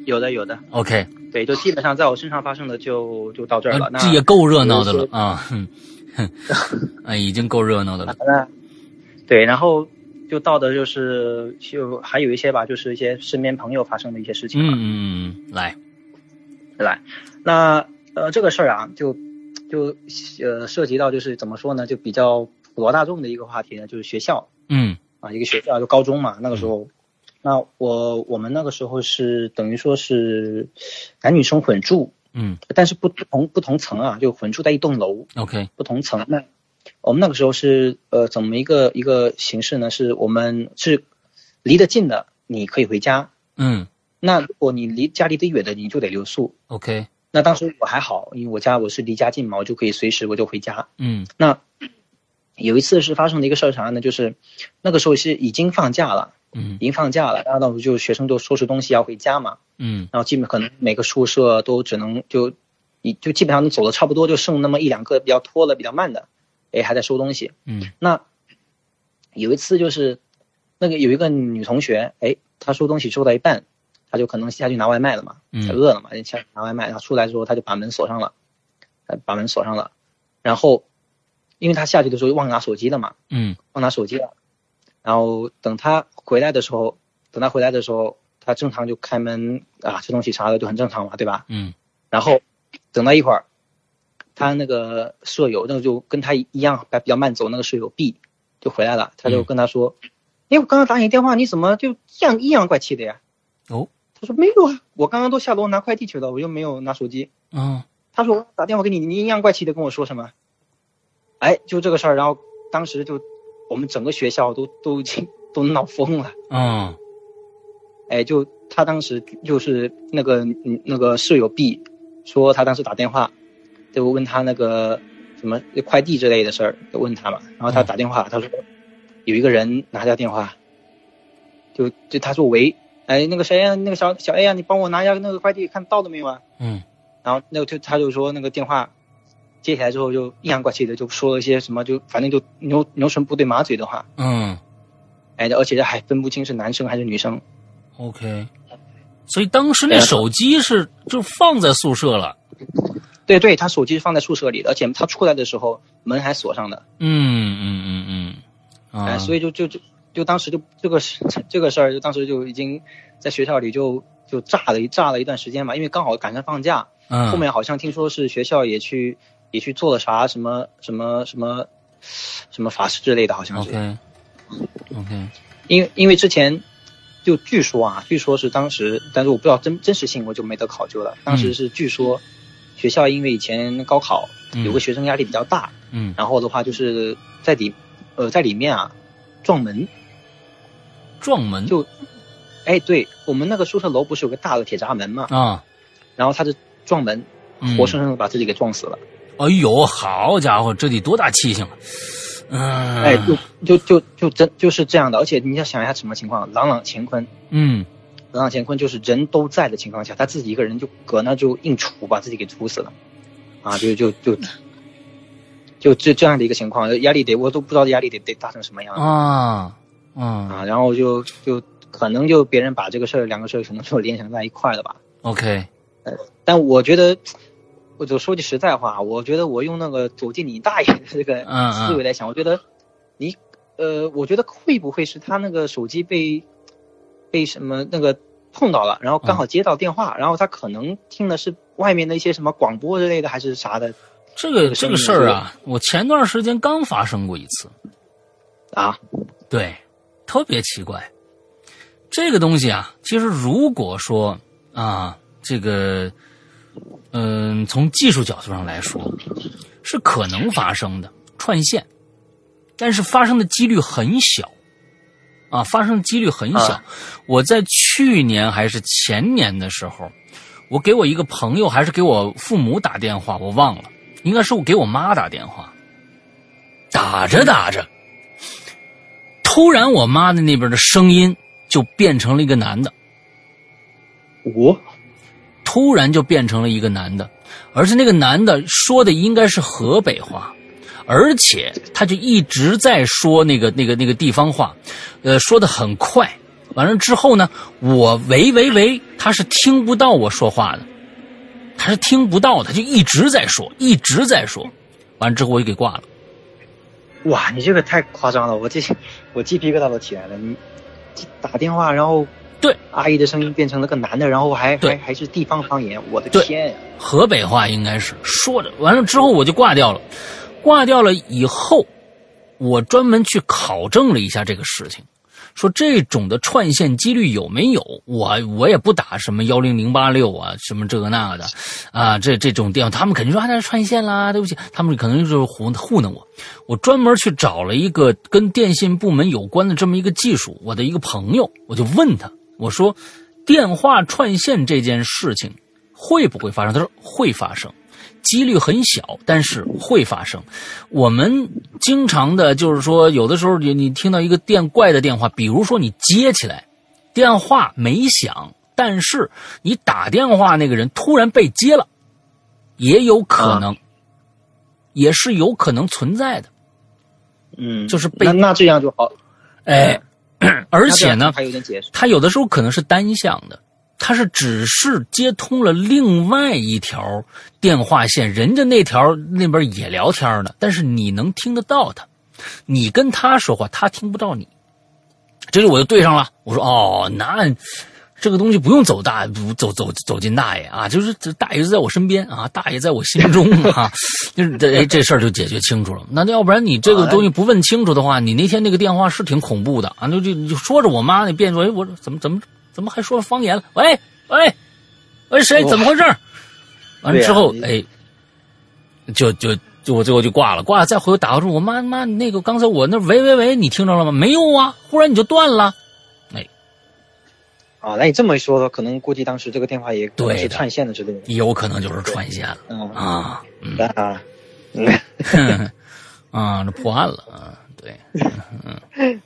有的有的， o k 对，就基本上在我身上发生的就就到这儿了。那啊呃这也够热闹的有了一些啊！哼 哼，哎，已经够热闹的了。那对，然后就到的就是就还有一些吧，就是一些身边朋友发生的一些事情嗯吧。嗯嗯，来，对吧？那呃，这个事儿啊，就就呃涉及到就是怎么说呢，就比较普罗大众的一个话题呢，就是学校嗯啊，一个学校就高中嘛，那个时候，那我我们那个时候是等于说是男女生混住，嗯但是不同不同层啊，就混住在一栋楼，OK，不同层。那我们那个时候是呃怎么一个一个形式呢？是我们是离得近的，你可以回家。嗯那如果你离家离得远的，你就得留宿。 ，OK，那当时我还好，因为我家我是离家近嘛，我就可以随时我就回家。嗯那有一次是发生的一个事儿啥呢？就是那个时候是已经放假了，嗯已经放假了，然后那我就学生就收拾东西要回家嘛，嗯然后基本可能每个宿舍都只能就，你就基本上都走的差不多，就剩那么一两个比较拖了、比较慢的，哎还在收东西。嗯那有一次就是那个有一个女同学，哎，她收东西收到一半，她就可能下去拿外卖了嘛，她嗯饿了嘛，就下去拿外卖，然后出来之后她就把门锁上了，呃，把门锁上了，然后因为她下去的时候忘拿手机了嘛，嗯忘拿手机了，然后等她回来的时候，等她回来的时候，她正常就开门啊吃东西啥的就很正常嘛，对吧？嗯然后等到一会儿，他那个舍友，那个就跟他一样比较慢走，那个舍友 B 就回来了，他就跟他说：“哎、我刚刚打你电话，你怎么就这样阴阳怪气的呀？”哦，他说：“没有啊，我刚刚都下楼拿快递去了，我又没有拿手机。嗯”他说：“我打电话给你，你阴阳怪气的跟我说什么？”哎，就这个事儿，然后当时就我们整个学校都都已经都闹疯了。嗯哎，就他当时就是那个嗯那个室友 B 说他当时打电话，就问他那个什么快递之类的事儿，就问他嘛。然后他打电话，他说有一个人拿他电话，就就他说喂，哎，那个谁呀、那个小小 A 呀、你帮我拿一下那个快递，看到了没有啊？嗯然后那个就他就说那个电话接起来之后就阴阳怪气的就说了一些什么，就反正就牛牛唇不对马嘴的话，嗯哎，而且还分不清是男生还是女生。 ，OK。所以当时那手机是就放在宿舍了，对对，他手机是放在宿舍里的，而且他出来的时候门还锁上的，嗯嗯嗯嗯，哎，啊，所以就就就就当时就这个事这个事儿，就当时就已经在学校里就就炸了一炸了一段时间嘛，因为刚好赶上放假，嗯后面好像听说是学校也去也去做了啥什么什么什么什么法事之类的，好像是。 OK OK，因为因为之前就据说啊，据说是当时，但是我不知道真真实性，我就没得考究了。当时是据说，学校因为以前高考嗯有个学生压力比较大，嗯然后的话就是在里呃在里面啊撞门，撞门就哎对我们那个宿舍楼不是有个大的铁闸门嘛，啊，然后他是撞门，嗯活生生的把自己给撞死了。哎呦，好家伙，这得多大气性啊！嗯，哎，就就就就真就是这样的，而且你要想一下什么情况，朗朗乾坤。嗯朗朗乾坤就是人都在的情况下，他自己一个人就搁那就硬杵，把自己给杵死了，啊，就就就就这这样的一个情况，压力得我都不知道压力得得大成什么样啊嗯啊，然后就就可能就别人把这个事儿两个事儿可能就联想在一块了吧， ，OK，但我觉得，我就说句实在话，我觉得我用那个走进你大爷的这个嗯嗯思维来想，我觉得你呃，我觉得会不会是他那个手机被被什么那个碰到了，然后刚好接到电话，嗯然后他可能听的是外面的一些什么广播之类的还是啥的这个这个事儿啊，我前段时间刚发生过一次，啊？对，特别奇怪。这个东西啊，其实如果说啊，这个，嗯、从技术角度上来说，是可能发生的串线，但是发生的几率很小，啊，发生的几率很小。啊我在去年还是前年的时候，我给我一个朋友还是给我父母打电话，我忘了，应该是我给我妈打电话，打着打着，突然我妈的那边的声音就变成了一个男的，我突然就变成了一个男的，而且那个男的说的应该是河北话，而且他就一直在说那个那个那个地方话，呃，说的很快。完了之后呢，我喂喂喂，他是听不到我说话的，他是听不到的，他就一直在说，一直在说。完了之后我就给挂了。哇，你这个太夸张了，我这 我鸡皮疙瘩都起来了。你打电话，然后对阿姨的声音变成了个男的，然后还对还还是地方方言，我的对天呀！河北话应该是说着，完了之后我就挂掉了。挂掉了以后，我专门去考证了一下这个事情，说这种的串线几率有没有？我我也不打什么幺零零八六啊，什么这个那的啊，这这种电话，他们肯定说啊，那是串线啦，对不起，他们可能就是糊糊弄我。我专门去找了一个跟电信部门有关的这么一个技术，我的一个朋友，我就问他，我说电话串线这件事情会不会发生？他说会发生，几率很小，但是会发生。我们经常的就是说，有的时候你你听到一个电怪的电话，比如说你接起来，电话没响，但是你打电话那个人突然被接了，也有可能，也是有可能存在的。嗯，就是被那那这样就好，哎，而且呢，啊还有点解释。它有的时候可能是单向的，它是只是接通了另外一条电话线，人家那条那边也聊天呢，但是你能听得到他，你跟他说话，他听不到你。这个我就对上了，我说哦，那这个东西不用走大，不走走走进大爷啊，就是这大爷就在我身边啊，大爷在我心中啊， 就是这哎这事儿就解决清楚了。那要不然你这个东西不问清楚的话，你那天那个电话是挺恐怖的啊，就就你就说着我妈那变说，哎，我说怎么怎么怎么还说方言了？喂喂喂，谁哇怎么回事儿？完了之后，哦对啊哎，就就就我最后就挂了，挂了再回头打过去，我妈妈那个刚才我那喂喂喂，你听着了吗？没有啊，忽然你就断了。啊，那你这么一说，可能估计当时这个电话也可能对是的串线的之类的。有可能就是串线了嗯 啊。嗯啊，啊，这破案了啊，对，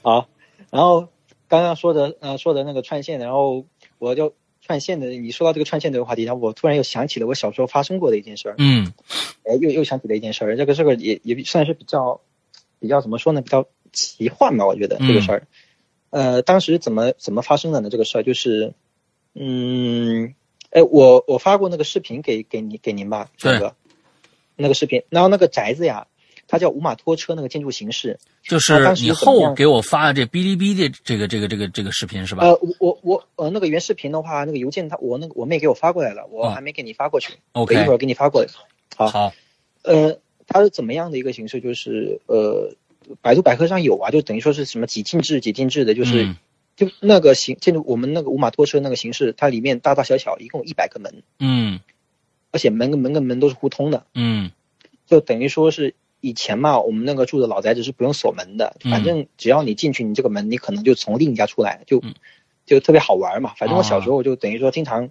好，然后刚刚说的呃说的那个串线，然后我就串线的，你说到这个串线这个话题，然后我突然又想起了我小时候发生过的一件事儿，嗯哎，又又想起了一件事儿，这个这个也也算是比较比较怎么说呢，比较奇幻吧，我觉得嗯这个事儿，呃，当时怎么怎么发生的呢？这个事儿就是，嗯，哎，我我发过那个视频给给你给您吧，对那个那个视频，然后那个宅子呀，它叫五马拖车那个建筑形式，就是你后给我发的这哔哩哔哩这个这个这个这个视频是吧呃，我我我呃，那个原视频的话，那个邮件他我那个我妹给我发过来了，我嗯还没给啊你发过去，我一？OK，会儿给你发过来。好好，呃，它是怎么样的一个形式？就是呃，百度百科上有啊，就等于说是什么几进制几进制的，就是、嗯就那个形建筑，我们那个五马拖车那个形式，它里面大大小小一共一百个门，嗯而且门跟门跟门都是互通的，嗯就等于说是。以前嘛，我们那个住的老宅子是不用锁门的，嗯反正只要你进去，你这个门你可能就从另一家出来，就、嗯就特别好玩嘛。反正我小啊时候就等于说经常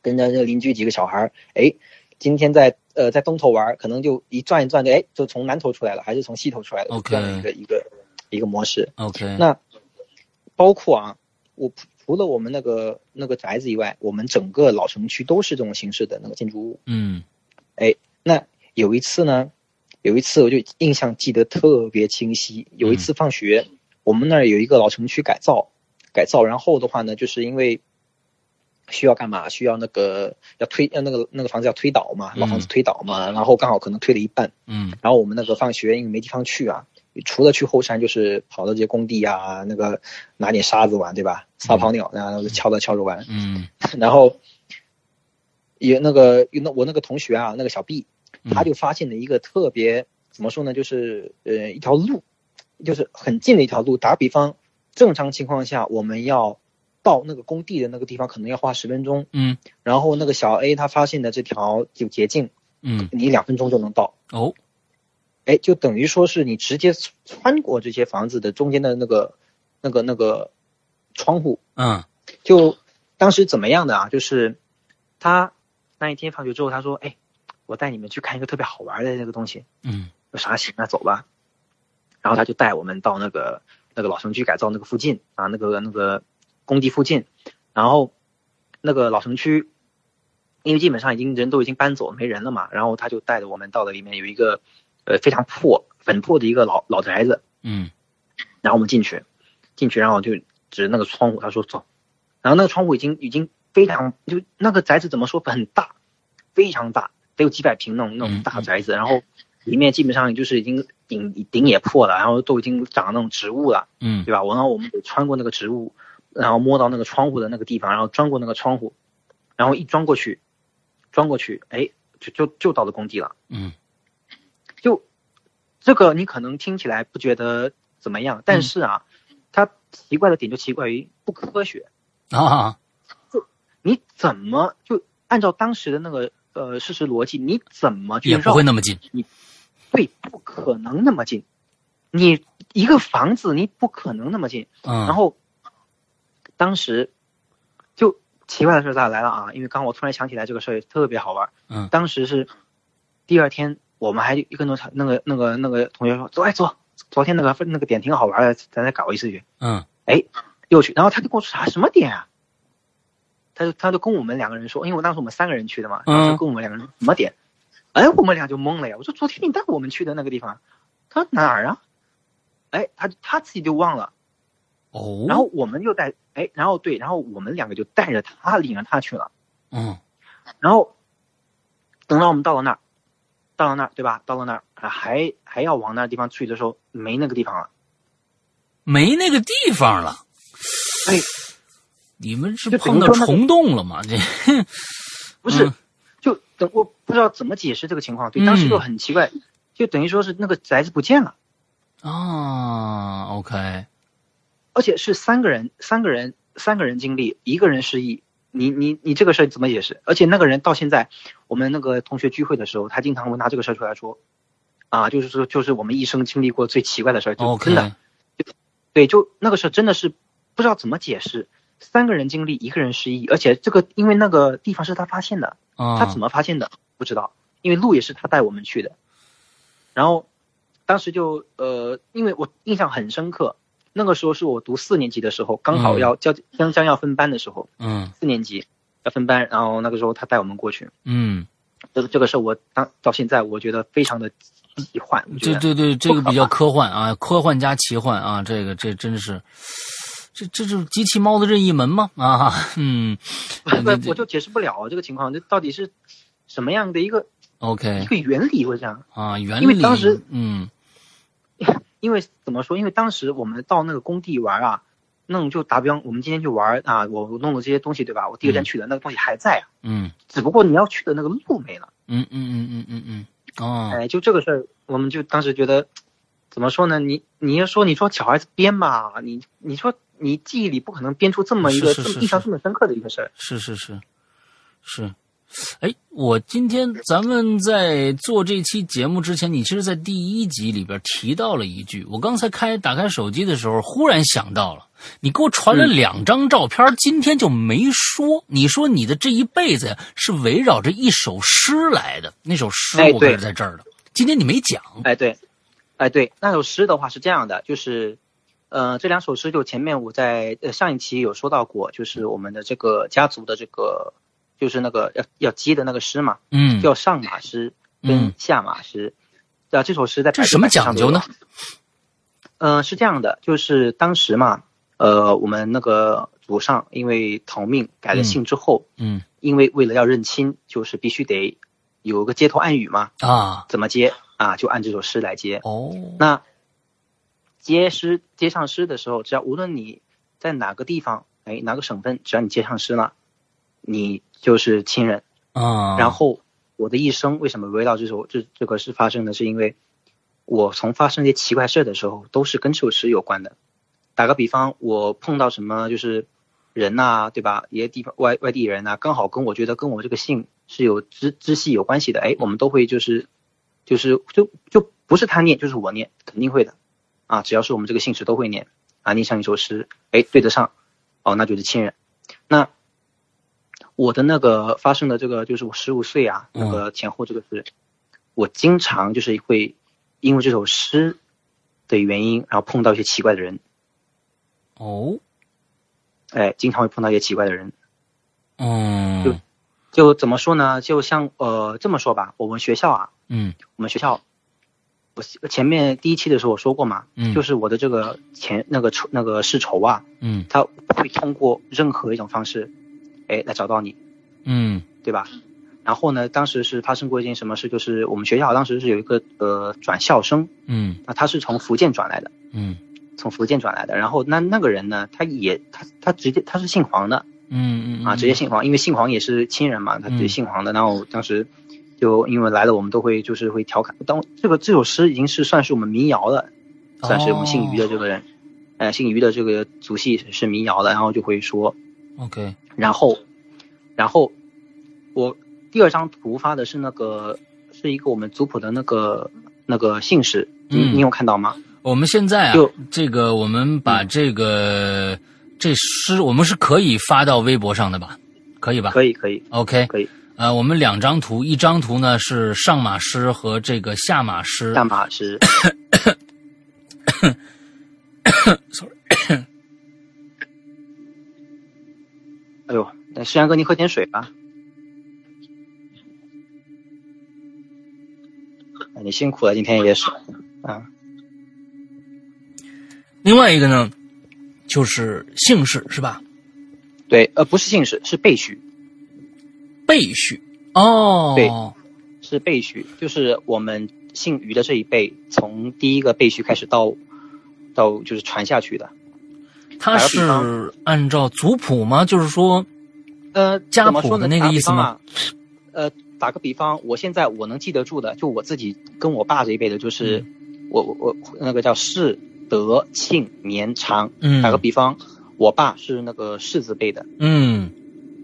跟着这邻居几个小孩儿，哎，今天在呃在东头玩儿，可能就一转一转就哎就从南头出来了，还是从西头出来了 OK 这样的一个一个一个模式。 ，OK，那包括啊，我除了我们那个那个宅子以外，我们整个老城区都是这种形式的那个建筑物。嗯那有一次呢，有一次我就印象记得特别清晰。有一次放学，我们那儿有一个老城区改造，改造，然后的话呢，就是因为需要干嘛？需要那个要推呃那个那个房子要推倒嘛，嗯老房子推倒嘛，然后刚好可能推了一半，嗯然后我们那个放学因为没地方去啊。除了去后山，就是跑到这些工地啊，那个拿点沙子玩，对吧？撒泡尿，然后敲着敲着玩。嗯然后也那个那我那个同学啊，那个小 B，他就发现了一个特别怎么说呢，就是呃一条路，就是很近的一条路。打比方，正常情况下我们要到那个工地的那个地方，可能要花十分钟。嗯然后那个小 A 他发现的这条有捷径，嗯，你两分钟就能到。哦，哎，就等于说是你直接穿过这些房子的中间的那个、那个、那个窗户，嗯就当时怎么样的啊？就是他那一天放学之后，他说：“哎，我带你们去看一个特别好玩的那个东西。嗯”有啥行啊，走吧。然后他就带我们到那个那个老城区改造那个附近啊，那个那个工地附近。然后那个老城区，因为基本上已经人都已经搬走没人了嘛，然后他就带着我们到了里面有一个呃非常破粉破的一个老老宅子，嗯然后我们进去，进去，然后就指那个窗户，他说走，然后那个窗户已经已经非常就那个宅子怎么说很大，非常大，得有几百平那种那嗯种大宅子，然后里面基本上就是已经顶顶也破了，然后都已经长那种植物了，嗯对吧？我然后我们得穿过那个植物，然后摸到那个窗户的那个地方，然后钻过那个窗户，然后一钻过去，钻过去，哎，就就就到了工地了。嗯就这个你可能听起来不觉得怎么样，嗯但是啊，它奇怪的点就奇怪于不科学。啊，你怎么就按照当时的那个呃事实逻辑，你怎么去也不绕会？那么近，对，不可能那么近。你一个房子，你不可能那么近。嗯，然后当时就奇怪的事儿来了啊，因为刚我突然想起来这个事儿也特别好玩儿。嗯当时是第二天，我们还跟着那个那个那个同学说，走哎走，昨天那个那个点挺好玩的，咱再搞一次去。嗯又去，然后他就跟我说啥什么点啊？他就他就跟我们两个人说，因为我当时我们三个人去的嘛，嗯然后就跟我们两个人说什么点？哎，我们俩就懵了呀！我说昨天你带我们去的那个地方，他说哪儿啊？哎，他他自己就忘了。哦，然后我们又带哎，然后对，然后我们两个就带着他领着他去了。嗯然后等到我们到了那儿，到了那儿对吧？到了那儿啊还还要往那地方去的时候，没那个地方了。没那个地方了，哎，你们是就等碰于到说那个虫洞了吗？这不是，嗯就等我不知道怎么解释这个情况，对，当时就嗯很奇怪，就等于说是那个宅子不见了，啊，OK，而且是三个人，三个人，三个人经历，一个人失忆，你你你这个事儿怎么解释？而且那个人到现在，我们那个同学聚会的时候，他经常会拿这个事儿出来说，啊，就是说就是我们一生经历过最奇怪的事儿，就哦 OK，真的对，就那个事儿真的是不知道怎么解释。三个人经历，一个人失忆，而且这个因为那个地方是他发现的，啊，他怎么发现的、不知道，因为路也是他带我们去的，然后当时就呃，因为我印象很深刻，那个时候是我读四年级的时候，刚好要将将将要分班的时候，嗯四年级要分班，然后那个时候他带我们过去，嗯，这个这个是我当到现在我觉得非常的奇幻，我觉对得对对，这不个可比较怕科幻啊，科幻加奇幻啊，这个这真是，这这就是机器猫的任意门吗？啊，嗯对对 我我就解释不了啊这个情况，这到底是什么样的一个一，OK 个原理会这样？啊，原理，因为当时嗯因为怎么说？因为当时我们到那个工地玩啊，那种就打比方，我们今天去玩啊，我弄了这些东西，对吧？我第二天去的那个东西还在啊，嗯只不过你要去的那个路没了。嗯嗯嗯嗯嗯嗯，哦，哎，就这个事儿，我们就当时觉得，怎么说呢？你你要说你说小孩子编嘛，你你说你记忆里不可能编出这么一个是是这是么印象是这么深刻的一个事儿。是是是是，哎，我今天咱们在做这期节目之前，你其实，在第一集里边提到了一句，我刚才开打开手机的时候，忽然想到了，你给我传嗯了两张照片，今天就没说。你说你的这一辈子呀，是围绕着一首诗来的，那首诗哎我可对是在这儿的，今天你没讲。哎，对，哎对，那首诗的话是这样的，就是，呃，这两首诗就前面我在呃上一期有说到过，就是我们的这个家族的这个，就是那个要要接的那个诗嘛，嗯，叫上马诗跟嗯下马诗，啊，这首诗在这百什么度百科上讲究都有呢？嗯、是这样的，就是当时嘛，呃，我们那个祖上因为逃命改了姓之后，嗯因为为了要认亲，就是必须得有个街头暗语嘛，啊，怎么接啊？就按这首诗来接。哦，那接诗接上诗的时候，只要无论你在哪个地方，哎，哪个省份，只要你接上诗了，你就是亲人。啊，然后我的一生为什么围绕这首这这个事发生呢？是因为我从发生一些奇怪事儿的时候，都是跟这首诗有关的。打个比方，我碰到什么就是人呐、对吧？一些地方外外地人呐、刚好跟我觉得跟我这个姓是有支支系有关系的，哎，我们都会就是就是就就不是他念就是我念，肯定会的啊！只要是我们这个姓氏都会念啊，念上一首诗，哎，对得上，哦，那就是亲人。那我的那个发生的这个就是我十五岁啊，嗯那个前后这个是，我经常就是会因为这首诗的原因，然后碰到一些奇怪的人，哦，哎，经常会碰到一些奇怪的人。就嗯就怎么说呢？就像呃这么说吧，我们学校啊，嗯我们学校，我前面第一期的时候我说过嘛，嗯就是我的这个前那个仇那个世仇啊，嗯他会通过任何一种方式，哎，来找到你，嗯对吧？然后呢，当时是发生过一件什么事，就是我们学校当时是有一个呃转校生，嗯那他是从福建转来的，嗯从福建转来的。然后那那个人呢，他也他他直接他是姓黄的嗯嗯啊，直接姓黄，因为姓黄也是亲人嘛，他直接嗯姓黄的。然后当时就因为来了，我们都会就是会调侃，当这个这首诗已经是算是我们民谣了，算是我们姓余的这个人，呃，姓余的这个族系是民谣的，然后就会说 OK，然后，然后我第二张图发的是那个是一个我们族谱的那个那个姓氏，你、嗯你有看到吗？我们现在啊就，嗯这个我们把这个、这诗，我们是可以发到微博上的吧？可以吧可以可以 OK，可以，呃，我们两张图，一张图呢是上马诗和这个下马诗大马是 哎呦，那诗阳哥，你喝点水吧。哎你辛苦了，今天也是，啊，另外一个呢就是姓氏是吧？对，呃，不是姓氏，是辈序，辈序哦，对是辈序，就是我们姓余的这一辈，从第一个辈序开始到到就是传下去的。它打个是按照族谱吗？就是说，呃，家怎么说谱的那呢个打比意思方吗啊？呃，打个比方，我现在我能记得住的，就我自己跟我爸这一辈的，就是、嗯我我我那个叫世德庆年长。嗯打个比方，我爸是那个世字辈的，嗯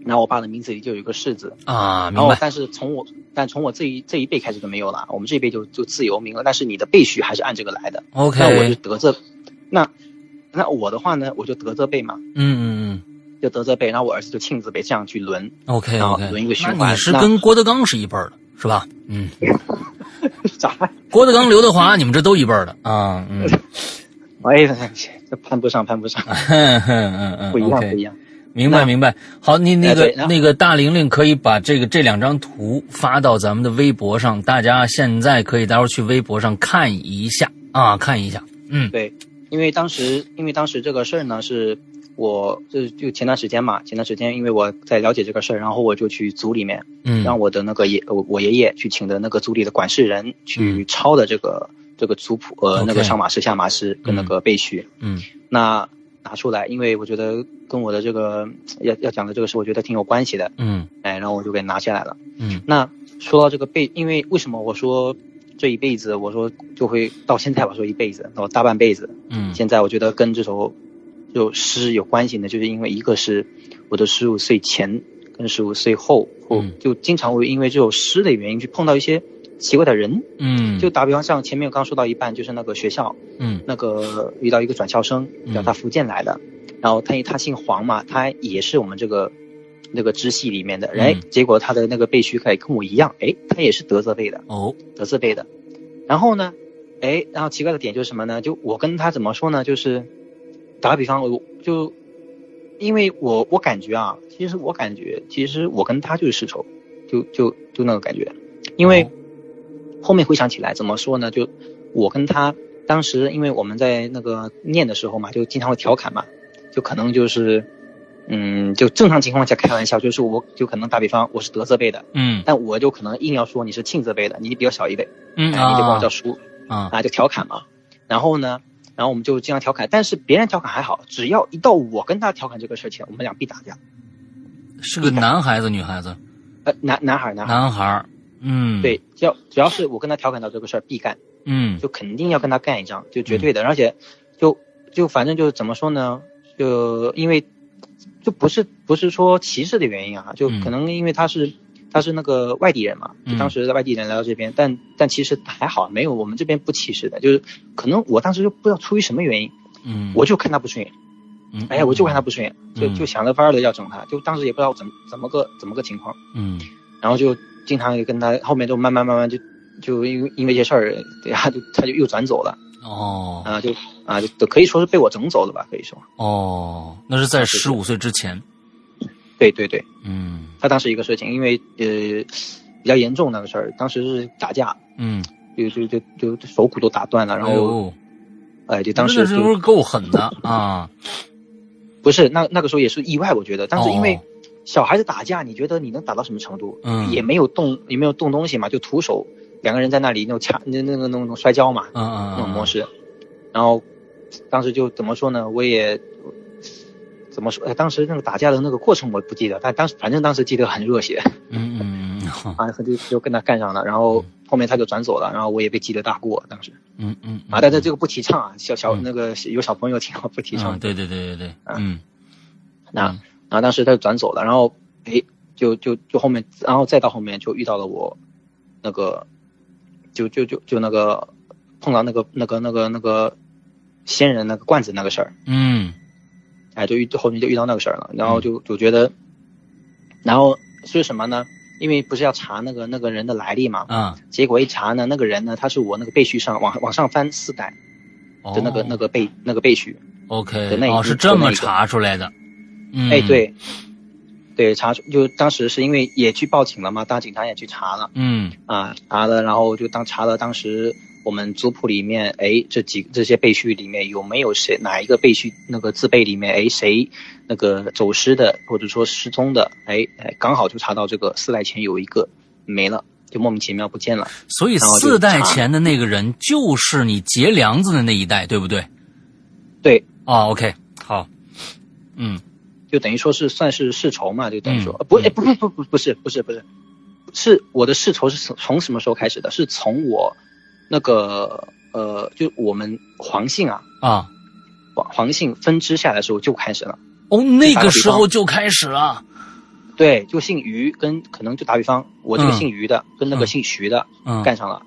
然后我爸的名字里就有一个世字，啊，然明后白，但是从我但从我这一这一辈开始就没有了，我们这一辈就就自由名了，但是你的辈序还是按这个来的。 OK，哦那我就得这，那那我的话呢，我就得这辈嘛，嗯嗯嗯就得这辈，然后我儿子就庆字辈，这样去轮。 ，OK 然后 OK，轮一个循环那你是那跟郭德纲是一辈儿的，是吧？嗯咋办？郭德纲、刘德华，你们这都一辈儿的啊，嗯，哎，这攀不上，攀不上，嗯嗯 嗯， 不一样， OK 不一样。嗯明白那哎明白，好，你那个、对然后那个大玲玲可以把这个这两张图发到咱们的微博上，大家现在可以待会儿去微博上看一下啊，看一下，嗯对，因为当时因为当时这个事儿呢，是我就是就前段时间嘛，前段时间因为我在了解这个事儿，然后我就去组里面嗯让我的那个爷我我爷爷去请的那个组里的管事人去嗯抄的这个、这个族谱呃 OK 那个上马师下马师跟那个背序，嗯那拿出来，因为我觉得跟我的这个要要讲的这个事，我觉得挺有关系的，嗯哎，然后我就给拿下来了。嗯那说到这个辈，因为为什么我说这一辈子，我说就会到现在我说一辈子，那我大半辈子，嗯现在我觉得跟这首就诗有关系呢，就是因为一个是我的十五岁前跟十五岁后，我嗯就经常会因为这首诗的原因去碰到一些奇怪的人。嗯，就打比方，像前面我刚说到一半，就是那个学校，嗯那个遇到一个转校生，嗯叫他福建来的，然后他他姓黄嘛，他也是我们这个那个支系里面的，嗯哎，结果他的那个背虚凯跟我一样，哎，他也是德字辈的，哦德字辈的，然后呢，哎，然后奇怪的点就是什么呢？就我跟他怎么说呢？就是打个比方，我就因为我我感觉啊，其实我感觉，其实我跟他就是世仇，就就就那个感觉，因为。哦后面回想起来，怎么说呢？就我跟他当时，因为我们在那个念的时候嘛，就经常会调侃嘛，就可能就是，嗯，就正常情况下开玩笑，就是我就可能打比方，我是德字辈的，嗯但我就可能硬要说你是庆字辈的，你比我小一辈，嗯哎，你就管我啊叫叔啊啊，就调侃嘛。然后呢，然后我们就经常调侃，但是别人调侃还好，只要一到我跟他调侃这个事情，我们俩必打架。是个男孩子女孩子呃，男男孩儿男孩儿，男孩儿，嗯对，只要只要是我跟他调侃到这个事儿，必干。嗯就肯定要跟他干一仗，就绝对的。而且就就反正就怎么说呢，就因为就不是不是说歧视的原因啊，就嗯可能因为他是、他是那个外地人嘛，嗯就当时的外地人来到这边，但但其实还好，没有我们这边不歧视的，就是可能我当时就不知道出于什么原因，嗯我就看他不顺眼，嗯哎呀，我就看他不顺眼，就嗯就想了法儿的要整他，就当时也不知道怎么怎么个怎么个情况。嗯然后就经常也跟他后面就慢慢慢慢就就因为因为一些事儿，对他就他就又转走了哦啊，就啊就都可以说是被我整走了吧，可以说。哦，那是在十五岁之前，对对对，嗯他当时一个事情，因为呃比较严重那个事儿，当时是打架，嗯，就就就就就手骨都打断了，然哎后呦哎就当那时时就候够狠的啊，不是那那个时候也是意外，我觉得 当时因为哦小孩子打架，你觉得你能打到什么程度？嗯也没有动也没有动东西嘛，就徒手两个人在那里那种掐那那个那种摔跤嘛，嗯嗯那种嗯模式。然后当时就怎么说呢？我也怎么说？哎，当时那个打架的那个过程我不记得，但当时反正当时记得很热血嗯嗯嗯啊，就就跟他干上了。然后后面他就转走了，然后我也被记得大过当时嗯嗯啊，但是这个不提倡啊，小小嗯啊那个有小朋友情况不提倡。啊对对对对对，嗯那然后当时他就转走了，然后哎，就就就后面，然后再到后面就遇到了我那个，就就就就那个碰到那个那个那个那个仙人那个罐子那个事儿。嗯哎，就遇后面就遇到那个事儿了，然后就就觉得，然后是什么呢？因为不是要查那个那个人的来历嘛，啊结果一查呢，那个人呢，他是我那个备序上往往上翻四代的那个、那个备那个备序，哦 OK 哦是这么查出来的，嗯哎，对，对，查出就当时是因为也去报警了嘛，当警察也去查了嗯啊，查了，然后就当查了当时我们族谱里面，哎，这几这些备序里面有没有谁哪一个备序那个字辈里面，哎，谁那个走失的或者说失踪的，哎哎，刚好就查到这个四代前有一个没了，就莫名其妙不见了。所以四代前的那个人就是你结梁子的那一代对不对对，啊 OK 好嗯就等于说是算是世仇嘛，就等于说、嗯呃不，哎，不不不不不是不是不是，是我的世仇是从从什么时候开始的？是从我那个呃，就我们黄姓啊，啊黄黄姓分支下来的时候就开始了。哦那个时候就开始了对，就姓于跟可能就打比方，我这个嗯姓于的、跟那个嗯姓徐的、嗯干上了，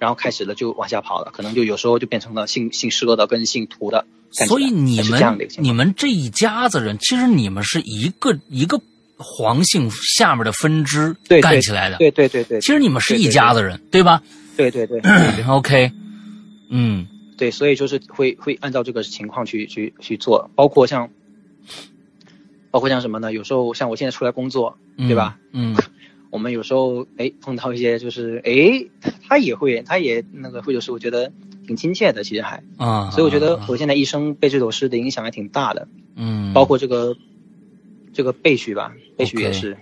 然后开始了就往下跑了，可能就有时候就变成了姓姓佘的跟姓涂的干起来，所以你是这样们的一个情你况。们这一家子人，其实你们是一个一个黄姓下面的分支对对干起来的。对对对对，其实你们是对一家子人，对吧？对对对 OK，嗯，对，所以就是会会按照这个情况去去去做，包括像包括像什么呢？有时候像我现在出来工作，嗯对吧？？嗯我们有时候哎碰到一些就是哎他也会他也那个会有时候我觉得挺亲切的，其实还，啊，所以我觉得啊我现在一生被这首诗的影响还挺大的，嗯，包括这个这个背曲吧，背曲也 OK 是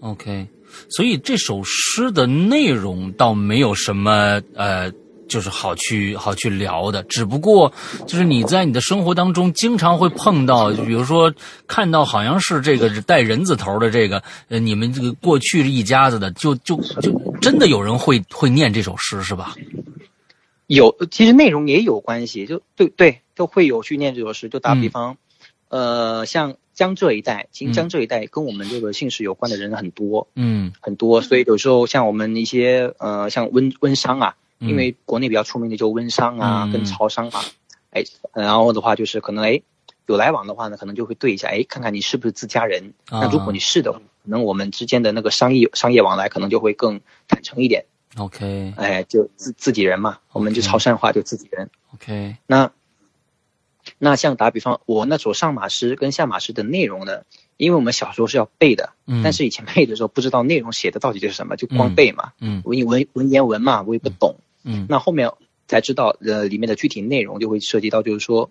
OK，所以这首诗的内容倒没有什么呃，就是好去好去聊的，只不过就是你在你的生活当中经常会碰到，就比如说看到好像是这个带人字头的这个，呃，你们这个过去一家子的，就就就真的有人会会念这首诗是吧？有，其实内容也有关系，就对对，都会有去念这首诗。就打嗯比方，呃，像江浙一带，其嗯实江浙一带跟我们这个姓氏有关的人很多、嗯，很多，所以有时候像我们一些呃，像温温商啊，嗯因为国内比较出名的就温商啊、嗯跟潮商啊，哎，然后的话就是可能哎有来往的话呢，可能就会对一下，哎，看看你是不是自家人。那啊如果你是的话，可能我们之间的那个商业商业往来可能就会更坦诚一点。 OK 哎，就自自己人嘛，我们就 OK 潮汕话就自己人。 OK，那那像打比方，我那首上马诗跟下马诗的内容呢，因为我们小时候是要背的，嗯，但是以前背的时候不知道内容写的到底是什么，就光嗯背嘛，嗯文文文言文嘛，我也不懂。嗯那后面才知道，呃，里面的具体内容就会涉及到，就是说，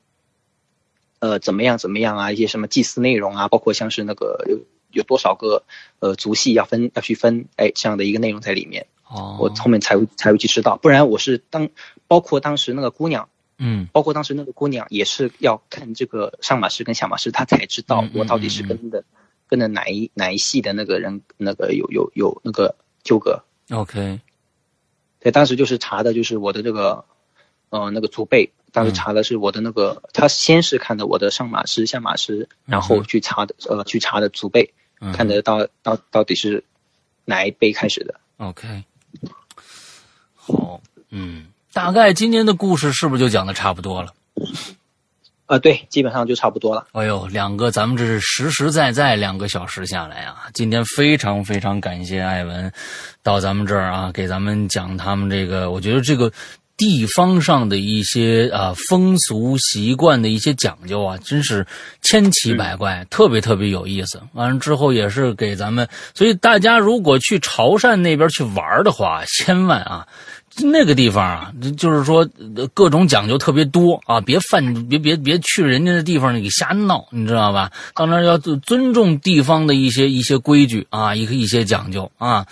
呃，怎么样怎么样啊，一些什么祭祀内容啊，包括像是那个有有多少个呃族系要分要去分，哎，这样的一个内容在里面，哦，我后面才会才会去知道，不然我是当包括当时那个姑娘。嗯包括当时那个姑娘也是要看这个上马师跟下马师，她才知道嗯嗯我到底是跟的、跟的哪一哪一系的那个人那个有有有那个纠葛。 OK 对，当时就是查的就是我的这个，呃，那个祖辈。当时嗯查的是我的那个，他先是看的我的上马师、下马师，然后去查的呃去查的祖辈，嗯看得到到到底是哪一辈开始的。 OK，好，嗯，大概今天的故事是不是就讲的差不多了？呃，对，基本上就差不多了。哎呦，两个，咱们这是实实在在两个小时下来啊！今天非常非常感谢艾文到咱们这儿啊，给咱们讲他们这个，我觉得这个地方上的一些啊风俗习惯的一些讲究啊，真是千奇百怪，特别特别有意思。完了之后也是给咱们，所以大家如果去潮汕那边去玩的话，千万啊。那个地方啊，就是说呃各种讲究特别多啊，别犯别别别去人家的地方你瞎闹，你知道吧？到那儿要尊重地方的一些一些规矩啊，一个一些讲究啊。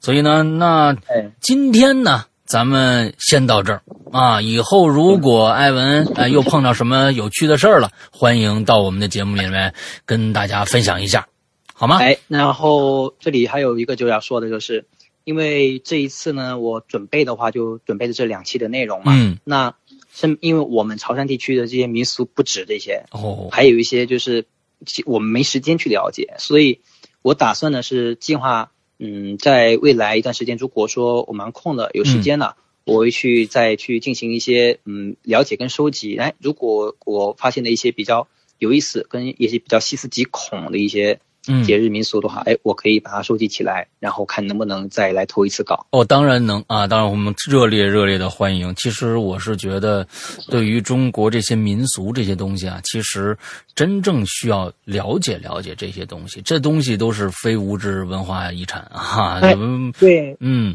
所以呢，那哎，今天呢，咱们先到这儿啊。以后如果艾文哎、呃又碰到什么有趣的事儿了，欢迎到我们的节目里面跟大家分享一下，好吗？哎，然后这里还有一个就要说的就是，因为这一次呢，我准备的话就准备的这两期的内容嘛。嗯，那是因为我们潮汕地区的这些民俗不止这些，哦，还有一些就是其我们没时间去了解，所以我打算呢是计划，嗯，在未来一段时间，如果说我蛮空了，有时间了。我会去再去进行一些嗯了解跟收集，哎，如果我发现了一些比较有意思跟一些比较细思极恐的一些嗯，节日民俗的话，哎，我可以把它收集起来，然后看能不能再来投一次稿。哦，当然能啊，当然我们热烈热烈的欢迎。其实我是觉得，对于中国这些民俗这些东西啊，其实真正需要了解了解这些东西，这东西都是非物质文化遗产 啊。哎嗯对，嗯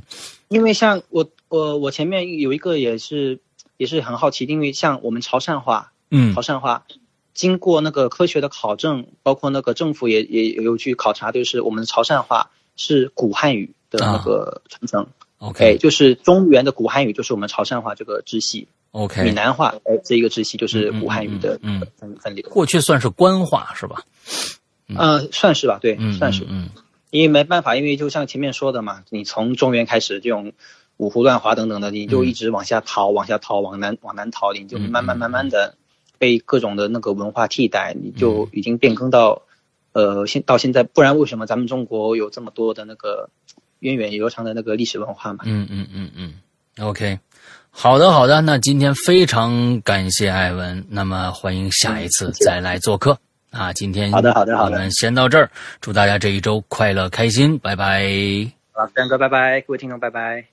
因为像我我我前面有一个也是也是很好奇，因为像我们潮汕话，嗯潮汕话经过那个科学的考证，包括那个政府也也也有去考察，就是我们潮汕话是古汉语的那个传承，啊哎，，OK 就是中原的古汉语就是我们潮汕话这个支系，闽 OK，南话哎这一个支系就是古汉语的嗯嗯嗯分分流，过去算是官话是吧？呃，算是吧，对，嗯，算是。嗯因为没办法，因为就像前面说的嘛，你从中原开始这种五胡乱华等等的，你就一直往下逃，往下逃，往南往南逃，你就嗯慢慢嗯慢慢的被各种的那个文化替代，你就已经变更到，呃，现到现在，不然为什么咱们中国有这么多的那个源远流长的那个历史文化嘛？嗯嗯嗯嗯嗯，OK。好的，好的，那今天非常感谢艾文，那么欢迎下一次嗯谢谢再来做客啊！今天好的好的好的我们先到这儿，祝大家这一周快乐开心，拜拜。好，三哥，拜拜，各位听众，拜拜。